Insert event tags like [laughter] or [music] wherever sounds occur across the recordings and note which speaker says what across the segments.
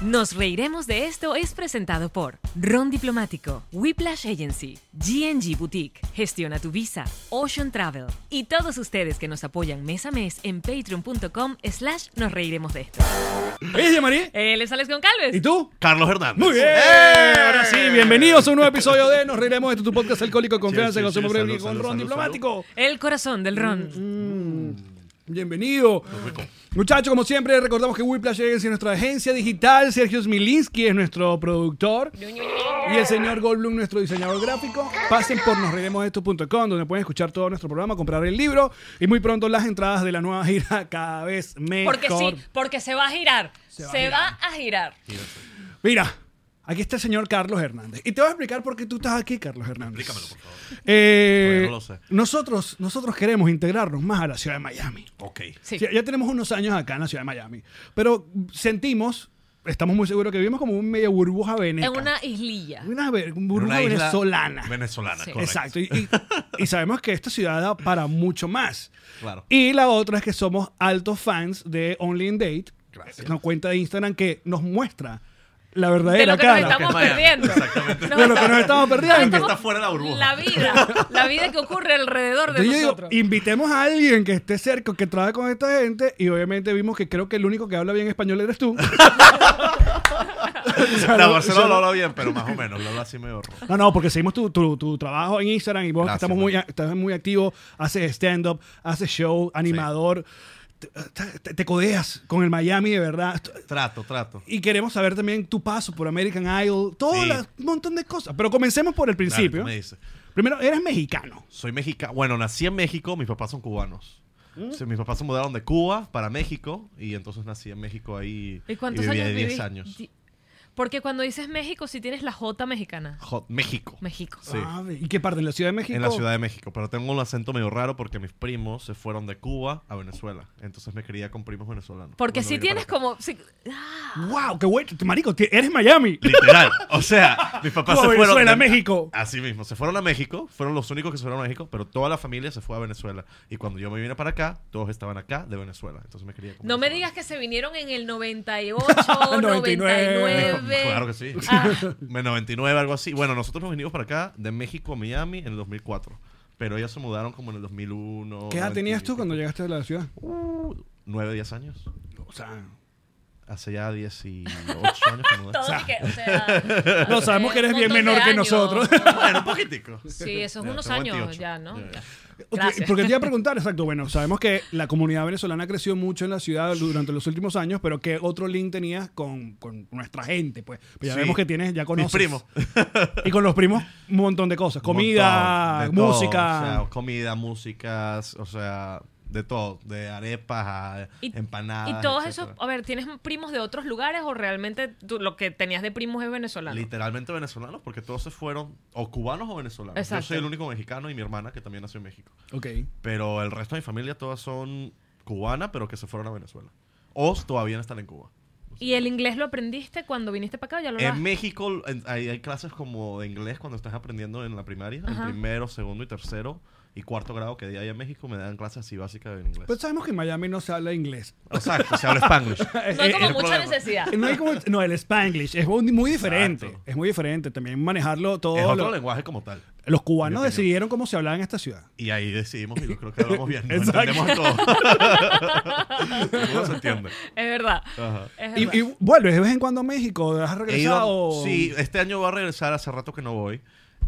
Speaker 1: Nos reiremos de esto es presentado por Ron Diplomático, Whiplash Agency, GNG Boutique, Gestiona tu Visa, Ocean Travel y todos ustedes que nos apoyan mes a mes en patreon.com slash nos reiremos de esto. Eh,
Speaker 2: Ella, María.
Speaker 1: Él es Alex Goncalves.
Speaker 2: ¿Y tú?
Speaker 3: Carlos Hernández.
Speaker 2: Muy bien.
Speaker 3: ¡Eh!
Speaker 2: Ahora sí, bienvenidos a un nuevo episodio de Nos Reiremos de tu podcast Alcohólico de Confianza
Speaker 3: Sí, sí,
Speaker 2: con Consumo
Speaker 3: sí,
Speaker 2: Breve y
Speaker 3: salud,
Speaker 2: con
Speaker 3: salud,
Speaker 2: Ron
Speaker 3: salud,
Speaker 2: Diplomático.
Speaker 1: El corazón del
Speaker 2: Mm,
Speaker 1: Ron.
Speaker 2: Bienvenido. Muchachos, como siempre, recordamos que Whiplash Agency es nuestra agencia digital. Sergio Smilinski es nuestro productor. Y el señor Goldblum, nuestro diseñador gráfico. Pasen por nosreiremosdeesto.com, donde pueden escuchar todo nuestro programa, comprar el libro y muy pronto las entradas de la nueva gira cada vez mm, mejor.
Speaker 1: Porque sí, porque se va a girar. Se,
Speaker 2: Se va a
Speaker 1: va a girar.
Speaker 2: Mira, aquí está el señor Carlos Hernández. Y te voy a explicar por qué tú estás aquí, Carlos Hernández. Explícamelo, por favor.
Speaker 3: Todavía no lo sé.
Speaker 2: Nosotros, nosotros queremos integrarnos más a la ciudad de Miami.
Speaker 3: Ok.
Speaker 1: Sí.
Speaker 2: Ya, ya tenemos unos años acá en la ciudad de Miami. Pero sentimos, estamos muy seguros que vivimos como un medio burbuja veneta.
Speaker 1: En una islilla.
Speaker 2: Una ver-
Speaker 3: En
Speaker 2: burbuja
Speaker 3: una isla
Speaker 2: venezolana.
Speaker 3: Venezolana,
Speaker 1: Sí.
Speaker 3: correcto. [laughs]
Speaker 2: Exacto. Y, y- y sabemos que esta ciudad da para mucho más.
Speaker 3: Claro.
Speaker 2: Y la otra es que somos altos fans de Only in Date.
Speaker 3: Gracias.
Speaker 2: Una cuenta de Instagram que nos muestra la
Speaker 1: De lo
Speaker 2: verdadera
Speaker 1: que nos
Speaker 2: cara.
Speaker 1: estamos
Speaker 3: Miami,
Speaker 1: perdiendo.
Speaker 3: exactamente.
Speaker 2: De lo que nos estamos perdiendo.
Speaker 3: Está fuera de la burbuja.
Speaker 1: La vida. La vida que ocurre alrededor de
Speaker 2: Entonces yo digo,
Speaker 1: nosotros.
Speaker 2: invitemos a alguien que esté cerca, que trabaje con esta gente, y obviamente vimos que creo que el único que habla bien español eres
Speaker 3: [laughs]
Speaker 2: tú. O sea,
Speaker 3: La
Speaker 2: no-
Speaker 3: Barcelona
Speaker 2: o sea,
Speaker 3: lo habla bien, pero más o menos. Lo habla así medio rojo.
Speaker 2: No, no, porque seguimos tu, tu, tu trabajo en Instagram y vos que
Speaker 3: Gracias,
Speaker 2: estamos muy, a- estás muy activo, haces stand-up, haces show, animador, te, te- te codeas con el Miami de verdad.
Speaker 3: Trato, trato.
Speaker 2: Y queremos saber también tu paso por American Idol, todo
Speaker 3: Sí.
Speaker 2: la- un montón de cosas. Pero comencemos por el
Speaker 3: Dale,
Speaker 2: principio.
Speaker 3: tú me dices.
Speaker 2: Primero, eres mexicano.
Speaker 3: Soy mexicano. Bueno, nací en México, mis papás son cubanos.
Speaker 2: Mm.
Speaker 3: Sí, mis papás se mudaron de Cuba para México y entonces nací en México ahí.
Speaker 1: ¿Y cuántos
Speaker 3: vivía
Speaker 1: años
Speaker 3: ahí 10
Speaker 1: vivís?
Speaker 3: años.
Speaker 1: Di- Porque cuando dices México, si tienes la J mexicana.
Speaker 3: Jo- México.
Speaker 1: México.
Speaker 3: Sí.
Speaker 2: Ah, ¿Y qué parte? ¿En la Ciudad de México?
Speaker 3: En la Ciudad de México, pero tengo un acento medio raro porque mis primos se fueron de Cuba a Venezuela. Entonces me crié con primos venezolanos.
Speaker 1: Porque
Speaker 3: Cuando
Speaker 1: si
Speaker 3: vine
Speaker 1: tienes
Speaker 3: para acá.
Speaker 1: como. si- ah,
Speaker 2: ¡Wow! ¡Qué bueno! Marico, ti- eres
Speaker 3: [laughs]
Speaker 2: Miami.
Speaker 3: Literal. O sea, mis papás
Speaker 2: Cuba,
Speaker 3: se fueron.
Speaker 2: Venezuela,
Speaker 3: de- Ah,
Speaker 2: México.
Speaker 3: Así mismo, se fueron a México, fueron los únicos que se fueron a México, pero toda la familia se fue a Venezuela. Y cuando yo me vine para acá, todos estaban acá de Venezuela. Entonces me crié con
Speaker 1: no me digas
Speaker 3: [laughs] venezolanos.
Speaker 1: que se vinieron en el 98,
Speaker 3: [laughs]
Speaker 2: 99.
Speaker 1: 99.
Speaker 3: Claro que sí.
Speaker 1: Ah.
Speaker 3: En 99, algo así. Bueno, nosotros nos vinimos para acá de México a Miami en el 2004. Pero ellos se mudaron como en el 2001.
Speaker 2: ¿Qué edad
Speaker 3: 90 y
Speaker 2: tenías tú
Speaker 3: pico.
Speaker 2: cuando llegaste a la ciudad?
Speaker 3: Uh, 9, 10 años.
Speaker 2: O sea,
Speaker 3: Hace ya 18 años que me mudé. [laughs]
Speaker 1: Todo y que, o sea,
Speaker 2: No, sabemos que eres
Speaker 1: un
Speaker 2: bien
Speaker 1: montón
Speaker 2: menor
Speaker 1: de
Speaker 2: que
Speaker 1: años. [laughs]
Speaker 2: nosotros.
Speaker 3: Bueno, un poquitico.
Speaker 1: Sí, eso es
Speaker 3: Ya,
Speaker 1: unos
Speaker 3: tengo
Speaker 1: años
Speaker 3: 28.
Speaker 1: ya, ¿no?
Speaker 3: Ya.
Speaker 1: Gracias.
Speaker 2: Porque te
Speaker 1: [laughs]
Speaker 2: iba a preguntar, exacto, bueno, sabemos que la comunidad venezolana creció mucho en la ciudad durante los últimos años, pero ¿qué otro link tenías con, con nuestra gente? Pues, Pues ya
Speaker 3: Sí.
Speaker 2: vemos que tienes, ya conoces.
Speaker 3: primos.
Speaker 2: y con los primos, un montón de cosas. Comida,
Speaker 3: Montón, de todo,
Speaker 2: música.
Speaker 3: o sea, comida, músicas, o sea, de todo. De arepas a
Speaker 1: Y-
Speaker 3: empanadas.
Speaker 1: Y todos esos,
Speaker 3: Ah, etcétera.
Speaker 1: a ver, ¿tienes primos de otros lugares o realmente tú- lo que tenías de primos es venezolano?
Speaker 3: Literalmente venezolanos, porque todos se fueron o cubanos o venezolanos.
Speaker 1: Exacto.
Speaker 3: Yo soy el único mexicano y mi hermana que también nació en México.
Speaker 2: ok.
Speaker 3: Pero el resto de mi familia todas son cubanas, pero que se fueron a Venezuela. O todavía están en Cuba.
Speaker 1: ¿Y el inglés lo aprendiste cuando viniste para acá o ya lo
Speaker 3: En
Speaker 1: hablabas?
Speaker 3: México en- hay, hay clases como de inglés cuando estás aprendiendo en la primaria,
Speaker 1: Ajá.
Speaker 3: en primero, segundo y tercero y cuarto grado que hay en México me dan clases así básicas de inglés.
Speaker 2: Pero Pues sabemos que en Miami no se habla inglés.
Speaker 3: Exacto, se habla [laughs] spanglish.
Speaker 1: No hay como
Speaker 3: el
Speaker 1: mucha
Speaker 3: problema.
Speaker 1: necesidad.
Speaker 2: No, hay como, no, el spanglish es muy muy diferente.
Speaker 3: Exacto.
Speaker 2: Es muy diferente también manejarlo todo.
Speaker 3: es otro
Speaker 2: lo-
Speaker 3: lenguaje como tal.
Speaker 2: los cubanos
Speaker 3: Mi opinión.
Speaker 2: decidieron cómo se hablaba en esta ciudad.
Speaker 3: Y ahí decidimos y yo creo que hablamos [laughs] bien. Nos
Speaker 2: Exacto.
Speaker 3: entendemos todo. [laughs] Uno se entiende.
Speaker 1: Es verdad.
Speaker 3: Ajá.
Speaker 1: Es
Speaker 2: Y,
Speaker 1: verdad.
Speaker 2: y vuelves de vez en cuando a México, has
Speaker 3: He ido a-
Speaker 2: regresado.
Speaker 3: sí, este año voy a regresar, hace rato que no voy.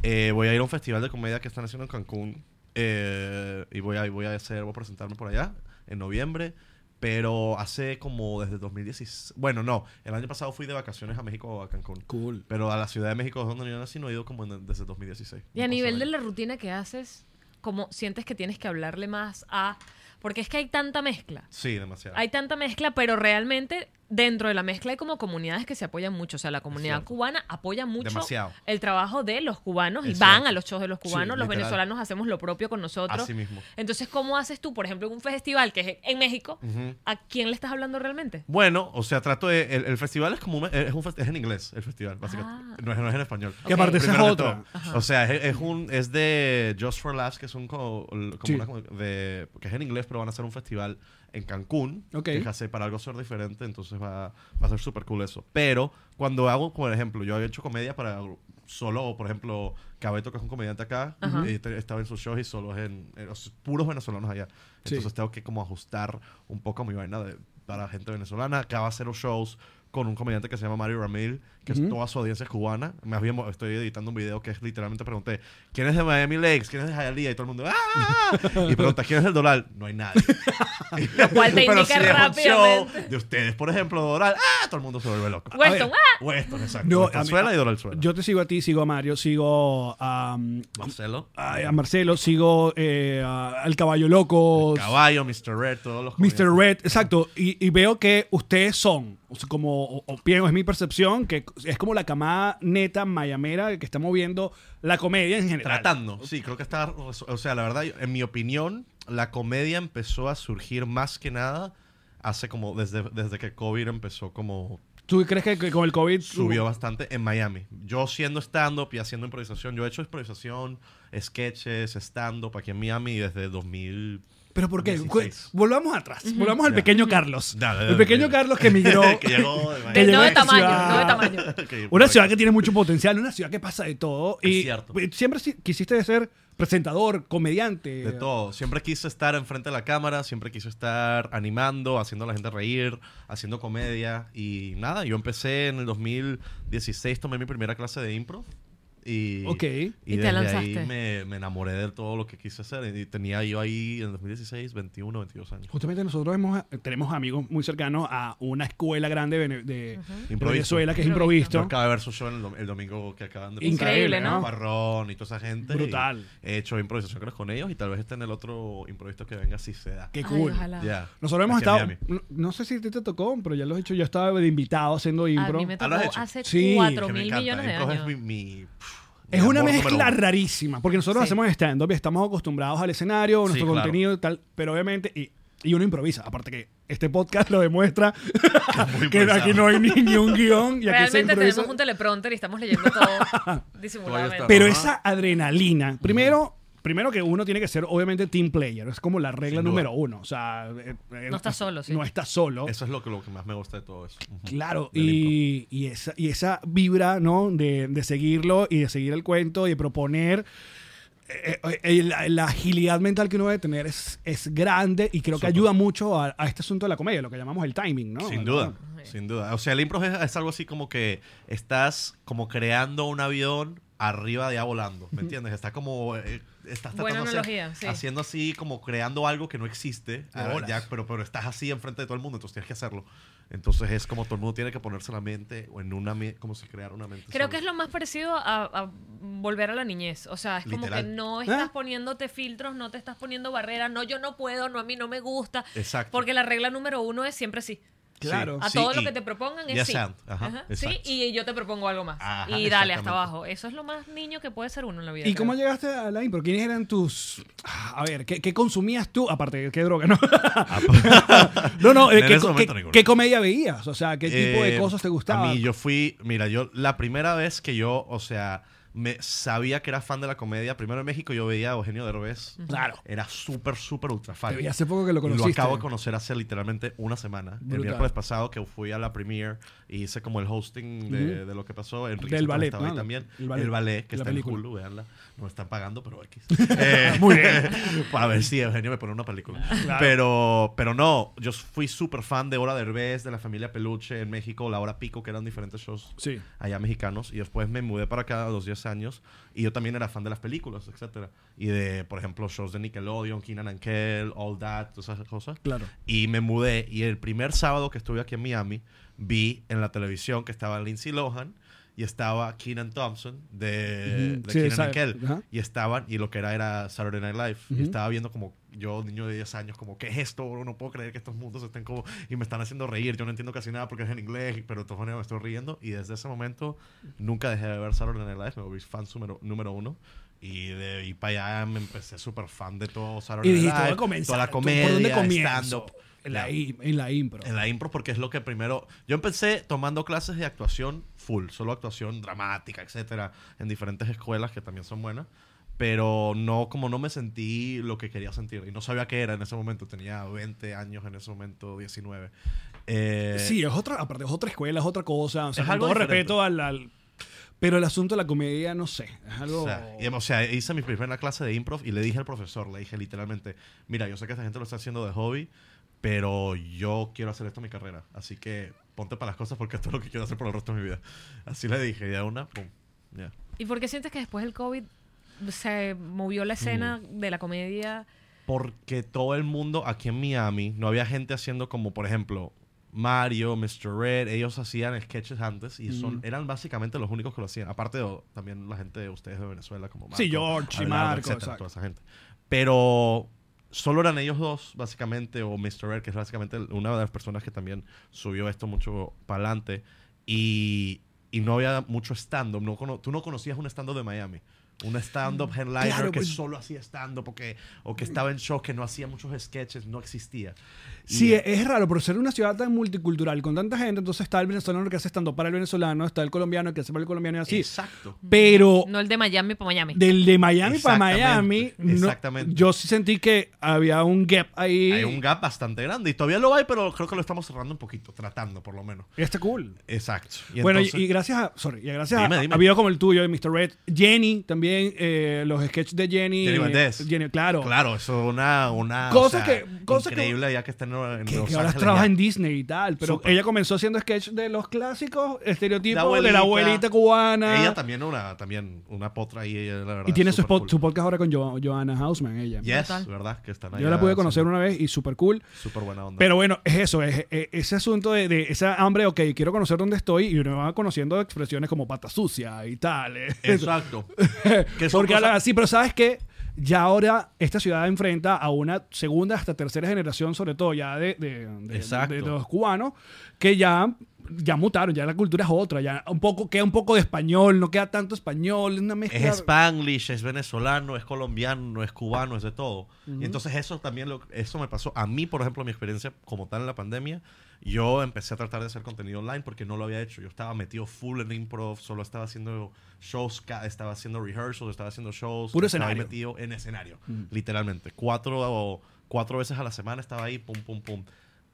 Speaker 3: Eh, voy a ir a un festival de comedia que están haciendo en Cancún. eh, y voy a, y voy a hacer, voy a presentarme por allá en noviembre. Pero hace como desde 2016. Bueno, no, el año pasado fui de vacaciones a México a Cancún.
Speaker 2: Cool.
Speaker 3: Pero a la Ciudad de México es donde yo nací, no he ido como en- desde 2016.
Speaker 1: Y a
Speaker 3: Una cosa
Speaker 1: nivel de
Speaker 3: bella.
Speaker 1: la rutina que haces, ¿cómo sientes que tienes que hablarle más a...
Speaker 4: Porque es que hay tanta mezcla.
Speaker 3: Sí, demasiado.
Speaker 4: Hay tanta mezcla, pero realmente dentro de la mezcla hay como comunidades que se apoyan mucho. O sea, la comunidad
Speaker 3: cierto.
Speaker 4: cubana apoya mucho
Speaker 3: Demasiado.
Speaker 4: el trabajo de los cubanos y
Speaker 3: Es
Speaker 4: van
Speaker 3: cierto.
Speaker 4: a los shows de los
Speaker 3: Sí,
Speaker 4: cubanos. los
Speaker 3: literal.
Speaker 4: venezolanos hacemos lo propio con nosotros.
Speaker 3: Así mismo.
Speaker 4: Entonces, ¿cómo haces tú, por ejemplo, en un festival que es en México?
Speaker 3: Ujú.
Speaker 4: ¿A quién le estás hablando realmente?
Speaker 3: Bueno, o sea, trato de. El, el festival es como. un- es, un fes- es en inglés, el festival, básicamente.
Speaker 4: Ah.
Speaker 3: No, es, no es en español.
Speaker 2: Que aparte esa es
Speaker 3: Primero que
Speaker 2: otra.
Speaker 3: todo. O sea, es, es un, es de Just for Laughs, que es un. co- como
Speaker 2: Sí.
Speaker 3: una- de, que es en inglés, pero van a hacer un festival en Cancún.
Speaker 2: Ok.
Speaker 3: Que es hacer para algo ser diferente, entonces va, va a ser súper cool eso. Pero cuando hago, por ejemplo, yo había hecho comedia para solo, por ejemplo, Cabeto, que es un comediante acá,
Speaker 4: Ajá.
Speaker 3: y te- estaba en sus shows y solo es en, en- o sea, puros venezolanos allá.
Speaker 2: Sí.
Speaker 3: Entonces tengo que como ajustar un poco mi vaina de, para gente venezolana. Acaba de hacer los shows con un comediante que se llama Mario Ramil, que es toda su audiencia es cubana. Más bien mo- estoy editando un video que es literalmente pregunté, ¿quién es de Miami Lakes? ¿Quién es de Hialeah? Y todo el mundo, ¡ah! Y pregunta, ¿quién es del Doral? No hay nadie.
Speaker 4: [laughs] Lo cual te
Speaker 3: [laughs] Pero
Speaker 4: indica
Speaker 3: si es un show
Speaker 4: rápidamente.
Speaker 3: de ustedes, por ejemplo, Doral, ¡ah! Todo el mundo se vuelve loco.
Speaker 2: ver.
Speaker 4: Weston, ¡ah!
Speaker 3: Weston, exacto.
Speaker 2: No,
Speaker 3: Weston
Speaker 2: a mí-
Speaker 3: suena y Doral suena.
Speaker 2: Yo te sigo a ti, sigo a Mario, sigo a, um,
Speaker 3: Marcelo.
Speaker 2: ay, a Marcelo, sigo eh, a- al Caballo Loco,
Speaker 3: Caballo, Mr. Red, todos los
Speaker 2: Mr.
Speaker 3: comediantes.
Speaker 2: Red, exacto. Y, y veo que ustedes son, o sea, como, o, o pienso, es mi percepción, que es como la camada neta mayamera que está moviendo la comedia en general.
Speaker 3: Tratando, sí, creo que está. O sea, la verdad, en mi opinión, la comedia empezó a surgir más que nada hace como. Desde, desde que COVID empezó, como.
Speaker 2: ¿Tú crees que, que con el COVID
Speaker 3: Subió bastante en Miami. Yo siendo stand-up y haciendo improvisación, yo he hecho improvisación, sketches, stand-up aquí en Miami desde 2000.
Speaker 2: ¿Pero por qué?
Speaker 3: 16.
Speaker 2: Volvamos atrás. Volvamos al
Speaker 3: Ya.
Speaker 2: pequeño Carlos.
Speaker 3: Dale, dale,
Speaker 2: el pequeño
Speaker 3: dale.
Speaker 2: Carlos que emigró.
Speaker 3: [laughs] que llegó de
Speaker 4: De- no de
Speaker 2: Que
Speaker 3: Miami.
Speaker 2: llegué a esta
Speaker 4: tamaño,
Speaker 2: ciudad.
Speaker 4: no de tamaño.
Speaker 3: [laughs] Ok,
Speaker 2: Una
Speaker 3: por
Speaker 2: ciudad
Speaker 3: ahí.
Speaker 2: que tiene mucho potencial, una ciudad que pasa de todo.
Speaker 3: Es
Speaker 2: y pues,
Speaker 3: cierto.
Speaker 2: siempre si- quisiste ser presentador, comediante.
Speaker 3: De todo. Siempre quise estar enfrente de la cámara, siempre quise estar animando, haciendo a la gente reír, haciendo comedia. Y nada, yo empecé en el 2016, tomé mi primera clase de impro. Y,
Speaker 2: Ok.
Speaker 3: y,
Speaker 4: Y te
Speaker 3: desde
Speaker 4: lanzaste.
Speaker 3: ahí me, me enamoré de todo lo que quise hacer. Y tenía yo ahí en el 2016, 21, 22 años.
Speaker 2: Justamente nosotros hemos- tenemos amigos muy cercanos a una escuela grande de, Vene- de- de
Speaker 3: Improviso.
Speaker 2: Venezuela que es
Speaker 4: Improviso.
Speaker 3: Yo
Speaker 2: improvisto.
Speaker 3: acabé de ver su show el, dom- el domingo que acaban de
Speaker 4: Increíble, ¿no?
Speaker 3: Parrón y toda esa gente.
Speaker 2: Brutal.
Speaker 3: Y He hecho improvisación con ellos y tal vez esté en el otro improviso que venga si se da.
Speaker 2: Qué
Speaker 4: Ay,
Speaker 2: cool.
Speaker 4: ojalá.
Speaker 3: Ya.
Speaker 2: Nosotros hemos
Speaker 3: Aquí en
Speaker 2: estado,
Speaker 3: Miami.
Speaker 2: no, no sé si a ti te tocó, pero ya lo he hecho, yo estaba de invitado haciendo
Speaker 4: A
Speaker 2: impro.
Speaker 4: mí me
Speaker 3: Ah, ¿lo has
Speaker 4: tocó
Speaker 3: hecho?
Speaker 4: hace
Speaker 2: Sí,
Speaker 4: cuatro
Speaker 3: que me
Speaker 4: mil
Speaker 3: encanta.
Speaker 4: millones de
Speaker 3: Impro
Speaker 4: años.
Speaker 3: Es, mi- mi-
Speaker 2: Es
Speaker 3: mi
Speaker 2: una
Speaker 3: amor
Speaker 2: mezcla
Speaker 3: número uno.
Speaker 2: rarísima, porque nosotros
Speaker 4: Sí.
Speaker 2: hacemos stand-up y estamos acostumbrados al escenario, nuestro
Speaker 3: claro.
Speaker 2: contenido y tal, pero obviamente, y, y uno improvisa, aparte que este podcast lo demuestra,
Speaker 3: muy
Speaker 2: que
Speaker 3: improvisado.
Speaker 2: aquí no hay ningún guión y aquí se
Speaker 4: Realmente
Speaker 2: improvisa.
Speaker 4: tenemos un teleprompter y estamos leyendo
Speaker 2: [laughs]
Speaker 4: todo disimuladamente.
Speaker 3: está-
Speaker 2: Pero
Speaker 3: Ajá.
Speaker 2: esa adrenalina, primero... Primero que uno tiene que ser, obviamente, team player. Es como la regla
Speaker 3: Sin duda.
Speaker 2: número uno. O sea, eh, eh,
Speaker 4: No estás solo, sí.
Speaker 2: No estás solo.
Speaker 3: Eso es lo que, lo que más me gusta de todo eso. Ujú.
Speaker 2: Claro,
Speaker 3: Del
Speaker 2: y, y esa, y esa vibra, ¿no? De, de seguirlo y de seguir el cuento y de proponer. eh, eh, eh, la, la agilidad mental que uno debe tener es, es grande y creo que
Speaker 3: Súper.
Speaker 2: ayuda mucho a, a este asunto de la comedia, lo que llamamos el timing, ¿no?
Speaker 3: Sin duda,
Speaker 4: Sí.
Speaker 3: sin duda. O sea, el impro es, es algo así como que estás como creando un avión arriba de ya volando, ¿me entiendes? Está como eh, estás tratando
Speaker 4: Buena
Speaker 3: de hacer-
Speaker 4: analogía, sí.
Speaker 3: haciendo así como creando algo que no existe, ah,
Speaker 2: bolas.
Speaker 3: ya, pero pero estás así enfrente de todo el mundo, entonces tienes que hacerlo. Entonces es como todo el mundo tiene que ponerse la mente o en una mi- como si creara una mente.
Speaker 4: Creo
Speaker 3: sola.
Speaker 4: que es lo más parecido a, a volver a la niñez. O sea, es como
Speaker 3: Literal.
Speaker 4: que no estás
Speaker 2: ¿Ah?
Speaker 4: poniéndote filtros, no te estás poniendo barreras. No, yo no puedo, no, a mí no me gusta.
Speaker 3: Exacto.
Speaker 4: Porque la regla número uno es siempre sí.
Speaker 2: Claro.
Speaker 4: A
Speaker 3: Sí,
Speaker 4: todo lo
Speaker 3: y-
Speaker 4: que te propongan es
Speaker 3: yes
Speaker 4: sí.
Speaker 3: and. Ajá,
Speaker 4: Ajá, sí,
Speaker 3: exacto.
Speaker 4: y yo te propongo algo más.
Speaker 3: Ajá,
Speaker 4: y dale
Speaker 3: exactamente.
Speaker 4: hasta abajo. Eso es lo más niño que puede ser uno en la vida.
Speaker 2: ¿Y
Speaker 4: creo.
Speaker 2: cómo llegaste a la impro? ¿Quiénes eran tus... A ver, ¿qué, qué consumías tú? Aparte, de ¿qué droga?
Speaker 3: [laughs]
Speaker 2: No, no, no eh,
Speaker 3: En
Speaker 2: ¿qué,
Speaker 3: ese
Speaker 2: co-
Speaker 3: momento
Speaker 2: qué-
Speaker 3: ninguna.
Speaker 2: qué comedia veías? O sea, ¿qué tipo de
Speaker 3: Eh,
Speaker 2: cosas te gustaban?
Speaker 3: A mí yo fui, mira, yo la primera vez que yo, o sea, me sabía que era fan de la comedia, primero en México yo veía a Eugenio Derbez.
Speaker 2: Claro.
Speaker 3: Era súper, súper ultra fan.
Speaker 2: Te vi hace poco que lo
Speaker 3: Lo
Speaker 2: conociste.
Speaker 3: acabo de conocer hace literalmente una semana.
Speaker 2: Brutal.
Speaker 3: El miércoles pasado que fui a la premiere y hice como el hosting de, de lo que pasó. Enrique
Speaker 2: Del
Speaker 3: Santos
Speaker 2: ballet,
Speaker 3: estaba ahí
Speaker 2: ¿no?
Speaker 3: también.
Speaker 2: El
Speaker 3: El
Speaker 2: ballet.
Speaker 3: ballet,
Speaker 2: La
Speaker 3: que está
Speaker 2: película.
Speaker 3: en Hulu, veanla. No me están pagando,
Speaker 2: [laughs]
Speaker 3: pero X. Eh,
Speaker 2: Muy bien.
Speaker 3: [laughs] para ver si Eugenio me pone una película.
Speaker 2: Claro.
Speaker 3: Pero, pero no, yo fui súper fan de Hora Derbez, de la familia Peluche en México, La Hora Pico, que eran diferentes shows
Speaker 2: Sí.
Speaker 3: allá mexicanos y después me mudé para acá a los 10 años y yo también era fan de las películas, etcétera y de por ejemplo shows de Nickelodeon, Keenan and Kel, All That, todas esas cosas.
Speaker 2: Claro.
Speaker 3: Y me mudé y el primer sábado que estuve aquí en Miami vi en la televisión que estaba Lindsay Lohan y estaba Keenan Thompson de,
Speaker 2: Ujú,
Speaker 3: de
Speaker 2: sí,
Speaker 3: Keenan
Speaker 2: sabe,
Speaker 3: and Kel
Speaker 2: ajá.
Speaker 3: y estaban y lo que era era Saturday Night Live y estaba viendo como yo, niño de 10 años, como, ¿qué es esto? bro? No puedo creer que estos mundos estén como. Y me están haciendo reír. Yo no entiendo casi nada porque es en inglés, pero de todas maneras me estoy riendo. Y desde ese momento nunca dejé de ver Saturday Night Live. Me volví fan número, número uno. Y de ahí para allá me empecé súper fan de todo Saturday
Speaker 2: Y dijiste,
Speaker 3: Night
Speaker 2: voy
Speaker 3: Live.
Speaker 2: a comenzar.
Speaker 3: Toda la
Speaker 2: ¿tú
Speaker 3: comedia,
Speaker 2: ¿Por dónde comienzo?
Speaker 3: stand-up.
Speaker 2: En la,
Speaker 3: Ya.
Speaker 2: i- en la impro.
Speaker 3: En la impro, porque es lo que primero. Yo empecé tomando clases de actuación full, solo actuación dramática, etcétera, en diferentes escuelas que también son buenas. Pero no, como no me sentí lo que quería sentir. Y no sabía qué era en ese momento. Tenía 20 años en ese momento, 19. Eh,
Speaker 2: sí, es otra, aparte es otra escuela, es otra cosa. O sea,
Speaker 3: Es
Speaker 2: con
Speaker 3: algo
Speaker 2: todo
Speaker 3: diferente.
Speaker 2: respeto al, al- Pero el asunto de la comedia, no sé. Es algo.
Speaker 3: O sea, y, o sea, hice mi primera clase de improv y le dije al profesor, le dije literalmente, mira, yo sé que esta gente lo está haciendo de hobby, pero yo quiero hacer esto mi carrera, así que ponte para las cosas porque esto es lo que quiero hacer por el resto de mi vida. Así le dije, y de una, pum, ya.
Speaker 1: ¿Y por qué sientes que después del COVID se movió la escena
Speaker 3: Mm.
Speaker 1: de la comedia?
Speaker 3: Porque todo el mundo aquí en Miami no había gente haciendo como, por ejemplo, Mario, Mr. Red, ellos hacían sketches antes y son, eran básicamente los únicos que lo hacían. Aparte de también la gente de ustedes de Venezuela, como Marco,
Speaker 2: Sí, George y
Speaker 3: Abelardo,
Speaker 2: Marco,
Speaker 3: etcétera,
Speaker 2: exacto.
Speaker 3: toda esa gente. Pero solo eran ellos dos, básicamente, o Mr. Red, que es básicamente una de las personas que también subió esto mucho para adelante. Y, y no había mucho stand-up. No cono- tú no conocías un stand-up de Miami. Un stand-up headliner
Speaker 2: Claro,
Speaker 3: que
Speaker 2: pues-
Speaker 3: solo hacía stand-up porque- o que estaba en shock, que no hacía muchos sketches, no existía. Y,
Speaker 2: Sí,
Speaker 3: eh,
Speaker 2: es raro, por ser una ciudad tan multicultural, con tanta gente, entonces está el venezolano que hace estando para el venezolano, está el colombiano que hace para el colombiano y así.
Speaker 3: Exacto.
Speaker 2: Pero
Speaker 1: No el de Miami para Miami.
Speaker 2: del de Miami para Miami,
Speaker 3: Exactamente,
Speaker 2: no-
Speaker 3: exactamente.
Speaker 2: yo sí sentí que había un gap ahí.
Speaker 3: Hay un gap bastante grande y todavía lo hay, pero creo que lo estamos cerrando un poquito, tratando por lo menos.
Speaker 2: Y está cool.
Speaker 3: Exacto. Y
Speaker 2: bueno, y-
Speaker 3: entonces-
Speaker 2: y, gracias a, sorry, y gracias
Speaker 3: Dime,
Speaker 2: a,
Speaker 3: dime.
Speaker 2: a videos como el tuyo de Mr. Red, Jenny también, eh, los sketches de Jenny.
Speaker 3: Jenny Valdés.
Speaker 2: Jenny, claro.
Speaker 3: Claro, eso es una, una
Speaker 2: Cosas que- cosas que-
Speaker 3: increíble ya que está en, en
Speaker 2: Que,
Speaker 3: Los
Speaker 2: que ahora
Speaker 3: Ángeles
Speaker 2: trabaja
Speaker 3: ya.
Speaker 2: en Disney y tal, pero
Speaker 3: Súper.
Speaker 2: ella comenzó haciendo sketch de los clásicos estereotipos
Speaker 3: abuelita.
Speaker 2: de la abuelita cubana.
Speaker 3: Ella también una, también una potra ahí, ella, la verdad.
Speaker 2: y tiene su,
Speaker 3: súper
Speaker 2: spot-
Speaker 3: cool.
Speaker 2: su podcast ahora con Jo- Joanna Hausman, ella.
Speaker 3: Yes,
Speaker 1: Total.
Speaker 3: ¿verdad? Que están
Speaker 2: Yo la pude conocer una vez y súper cool.
Speaker 3: Súper buena onda.
Speaker 2: Pero bueno, es eso, es, es- ese asunto de, de esa hambre, ok, quiero conocer dónde estoy y uno va conociendo expresiones como pata sucia y tal. eh. [laughs]
Speaker 3: Exacto. Que son
Speaker 2: Porque
Speaker 3: cosas-
Speaker 2: hablan así, pero sabes que ya ahora esta ciudad enfrenta a una segunda hasta tercera generación, sobre todo ya de, de- de-
Speaker 3: Exacto.
Speaker 2: de los cubanos, que ya, ya mutaron, ya la cultura es otra, ya un poco, queda un poco de español, no queda tanto español, es una
Speaker 3: Es
Speaker 2: mezcla.
Speaker 3: spanglish, es venezolano, es colombiano, es cubano, es de todo. Y entonces eso también, lo, eso me pasó. A mí, por ejemplo, mi experiencia como tal en la pandemia, yo empecé a tratar de hacer contenido online porque no lo había hecho. Yo estaba metido full en improv, solo estaba haciendo shows, ca- estaba haciendo rehearsals, estaba haciendo shows.
Speaker 2: Puro
Speaker 3: estaba ahí
Speaker 2: escenario. Mm.
Speaker 3: metido en escenario, literalmente. Cuatro, o- cuatro veces a la semana estaba ahí, pum, pum, pum.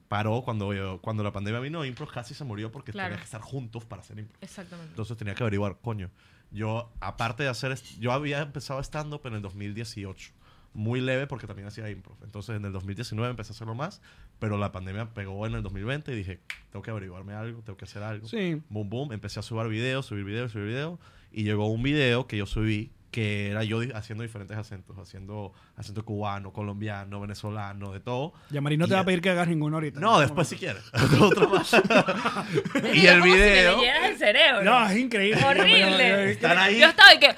Speaker 3: Paró cuando, yo- cuando la pandemia vino, improv casi se murió porque
Speaker 1: Claro.
Speaker 3: tenías que estar juntos para hacer improv.
Speaker 1: Exactamente.
Speaker 3: Entonces tenía que averiguar, coño. Yo, aparte de hacer. est- Yo había empezado stand-up en el 2018. Muy leve porque también hacía improv. Entonces en el 2019 empecé a hacerlo más, pero la pandemia pegó en el 2020 y dije, tengo que averiguarme algo, tengo que hacer algo.
Speaker 2: Sí.
Speaker 3: Boom, boom. Empecé a subir videos, subir videos, subir videos. Y llegó un video que yo subí que era yo di- haciendo diferentes acentos, haciendo acento cubano, colombiano, venezolano, de todo.
Speaker 2: Ya Marín no te
Speaker 3: Y
Speaker 2: va a
Speaker 3: ya-
Speaker 2: pedir que hagas ninguno ahorita.
Speaker 3: No, después si quieres. [laughs] Otro más. y
Speaker 1: Era
Speaker 3: el
Speaker 1: como si me
Speaker 3: video.
Speaker 1: leyeras el cerebro.
Speaker 2: No, es increíble.
Speaker 1: Horrible.
Speaker 3: Están ahí.
Speaker 1: Yo estaba y
Speaker 2: [laughs]
Speaker 1: que.